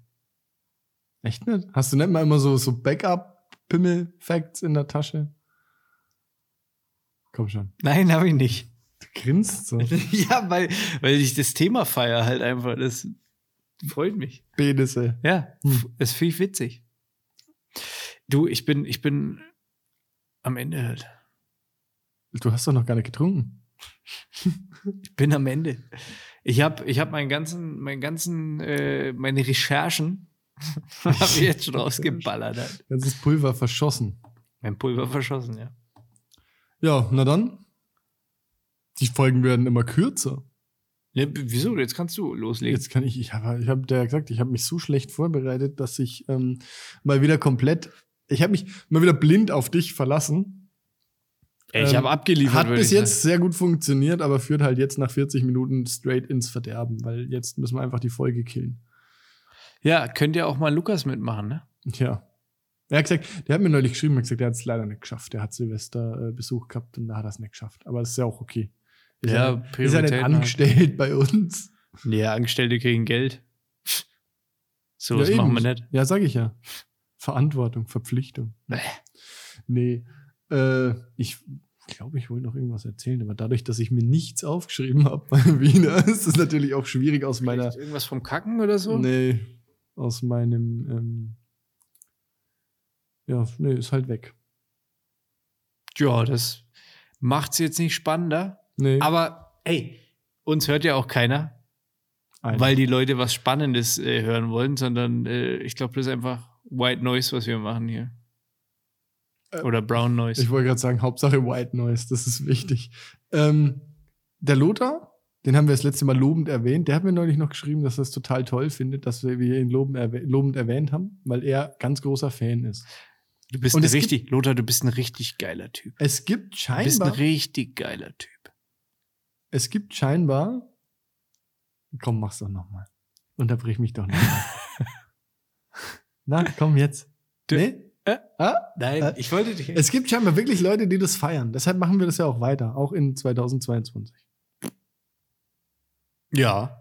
Speaker 2: Echt nicht? Hast du nicht mal immer so, so Backup-Pimmel-Facts in der Tasche? Komm schon.
Speaker 1: Nein, habe ich nicht.
Speaker 2: Du grinst so.
Speaker 1: ja, weil, weil ich das Thema feier halt einfach. Das freut mich.
Speaker 2: Penisse.
Speaker 1: Ja,
Speaker 2: Hm.
Speaker 1: f- ist viel witzig. Du, ich bin, ich bin am Ende halt.
Speaker 2: Du hast doch noch gar nicht getrunken.
Speaker 1: Ich bin am Ende. Ich habe ich hab meinen ganzen, meinen ganzen, äh, meine Recherchen habe ich jetzt schon rausgeballert. Halt.
Speaker 2: Ganzes Pulver verschossen.
Speaker 1: Mein Pulver verschossen, ja.
Speaker 2: Ja, na dann. Die Folgen werden immer kürzer.
Speaker 1: ja b- wieso? Jetzt kannst du loslegen.
Speaker 2: Jetzt kann ich, ich habe ich hab ja gesagt, ich habe mich so schlecht vorbereitet, dass ich ähm, mal wieder komplett, ich habe mich mal wieder blind auf dich verlassen.
Speaker 1: Ey, ich
Speaker 2: ähm,
Speaker 1: habe abgeliefert.
Speaker 2: Hat
Speaker 1: würd
Speaker 2: bis
Speaker 1: ich
Speaker 2: jetzt sehr gut funktioniert, aber führt halt jetzt nach 40 Minuten straight ins Verderben, weil jetzt müssen wir einfach die Folge killen.
Speaker 1: Sagen. Ja, könnt ihr auch mal Lukas mitmachen, ne?
Speaker 2: Ja. Er hat gesagt, der hat mir neulich geschrieben, er hat gesagt, der hat es leider nicht geschafft. Der hat Silvester äh, Besuch gehabt und da hat er es nicht geschafft. Aber das ist ja auch okay. Ist
Speaker 1: Ja,
Speaker 2: nicht- Ist ja nicht
Speaker 1: Prioritäten halt.
Speaker 2: angestellt bei uns.
Speaker 1: Ja, Angestellte kriegen Geld. So,
Speaker 2: Ja,
Speaker 1: das machen
Speaker 2: eben.
Speaker 1: wir nicht.
Speaker 2: Ja, sag ich ja. Verantwortung, Verpflichtung.
Speaker 1: Bäh.
Speaker 2: Nee. Äh, ich glaube, ich wollte noch irgendwas erzählen, aber dadurch, dass ich mir nichts aufgeschrieben habe bei Wiener, ist es natürlich auch schwierig aus meiner.
Speaker 1: Vielleicht Irgendwas vom Kacken oder so?
Speaker 2: Nee, aus meinem. Ähm, ja, nee, ist halt weg.
Speaker 1: Ja, das macht's jetzt nicht spannender.
Speaker 2: Nee,
Speaker 1: Aber ey, uns hört ja auch keiner,
Speaker 2: ein.
Speaker 1: weil die Leute was Spannendes äh, hören wollen, sondern äh, ich glaube, das ist einfach White Noise, was wir machen hier.
Speaker 2: Äh,
Speaker 1: Oder Brown Noise.
Speaker 2: ich wollte gerade sagen, Hauptsache White Noise, das ist wichtig. Ähm, der Lothar, den haben wir das letzte Mal lobend erwähnt, der hat mir neulich noch geschrieben, dass er es total toll findet, dass wir ihn lobend, erwäh lobend erwähnt haben, weil er ganz großer Fan ist.
Speaker 1: Du bist
Speaker 2: und
Speaker 1: ein
Speaker 2: es gibt-
Speaker 1: richtig, Lothar, du bist ein richtig geiler Typ.
Speaker 2: Es gibt
Speaker 1: Du bist ein
Speaker 2: scheinbar,
Speaker 1: richtig geiler Typ.
Speaker 2: es gibt scheinbar, komm, mach's doch nochmal. Unterbrich mich doch nochmal. Na, komm jetzt.
Speaker 1: Du-
Speaker 2: nee?
Speaker 1: Äh?
Speaker 2: Ah?
Speaker 1: Nein,
Speaker 2: Äh,
Speaker 1: ich wollte dich.
Speaker 2: Es gibt scheinbar wirklich Leute, die das feiern. Deshalb machen wir das ja auch weiter, auch in 2022.
Speaker 1: ja.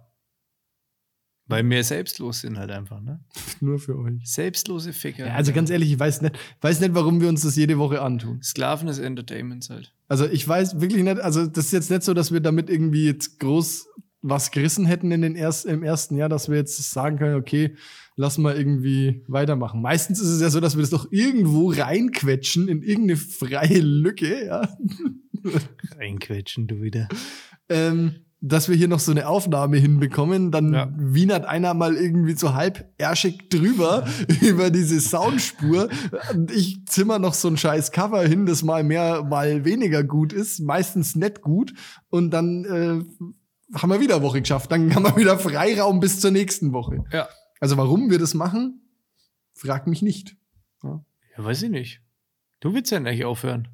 Speaker 1: Weil wir selbstlos sind halt einfach, ne?
Speaker 2: Nur für euch.
Speaker 1: Selbstlose Ficker.
Speaker 2: Ja, also ganz ehrlich, ich weiß nicht, weiß nicht, warum wir uns das jede Woche antun.
Speaker 1: Sklaven des Entertainments halt.
Speaker 2: Also ich weiß wirklich nicht, also das ist jetzt nicht so, dass wir damit irgendwie jetzt groß was gerissen hätten in den erst, im ersten Jahr, dass wir jetzt sagen können, okay, lass mal irgendwie weitermachen. Meistens ist es ja so, dass wir das doch irgendwo reinquetschen in irgendeine freie Lücke, ja.
Speaker 1: Einquetschen, du wieder.
Speaker 2: ähm, dass wir hier noch so eine Aufnahme hinbekommen, dann
Speaker 1: Ja.
Speaker 2: wienert einer mal irgendwie so halb erschig drüber über diese Soundspur. Und Ich zimmer noch so ein scheiß Cover hin, das mal mehr, mal weniger gut ist, meistens nicht gut. Und dann äh, haben wir wieder Woche geschafft. Dann haben wir wieder Freiraum bis zur nächsten Woche.
Speaker 1: Ja.
Speaker 2: Also warum wir das machen, frag mich nicht.
Speaker 1: Ja, weiß ich nicht. Du willst ja nicht aufhören.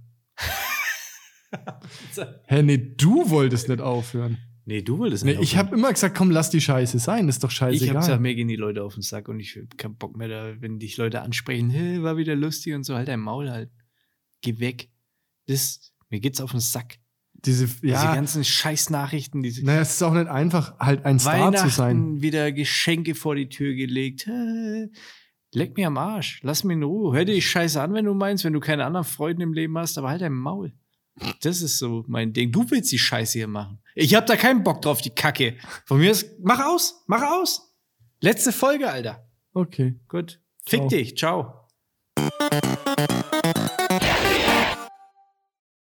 Speaker 2: Hä, nee, du wolltest nicht aufhören.
Speaker 1: Nee, du wolltest
Speaker 2: Nee, ich habe immer gesagt, komm, lass die Scheiße sein, ist doch
Speaker 1: Ich
Speaker 2: scheißegal.
Speaker 1: hab gesagt, mir gehen die Leute auf den Sack und ich hab keinen Bock mehr, da, wenn dich Leute ansprechen, hey, war wieder lustig und so, halt dein Maul halt. Geh weg. Das, mir geht's auf den Sack.
Speaker 2: diese,
Speaker 1: Diese
Speaker 2: ja,
Speaker 1: ganzen Scheißnachrichten, diese
Speaker 2: Naja, es ist auch nicht einfach, halt ein Star
Speaker 1: Weihnachten
Speaker 2: zu sein.
Speaker 1: wieder Geschenke vor die Tür gelegt. Hä? Leck mir am Arsch. Lass mich in Ruhe. Hör dir die Scheiße an, wenn du meinst, wenn du keine anderen Freuden im Leben hast, aber halt dein Maul. Das ist so mein Ding. Du willst die Scheiße hier machen. Ich hab da keinen Bock drauf, die Kacke. Von mir ist, mach aus, mach aus. Letzte Folge, Alter.
Speaker 2: Okay.
Speaker 1: Gut. Fick
Speaker 2: Ciao.
Speaker 1: dich. Ciao.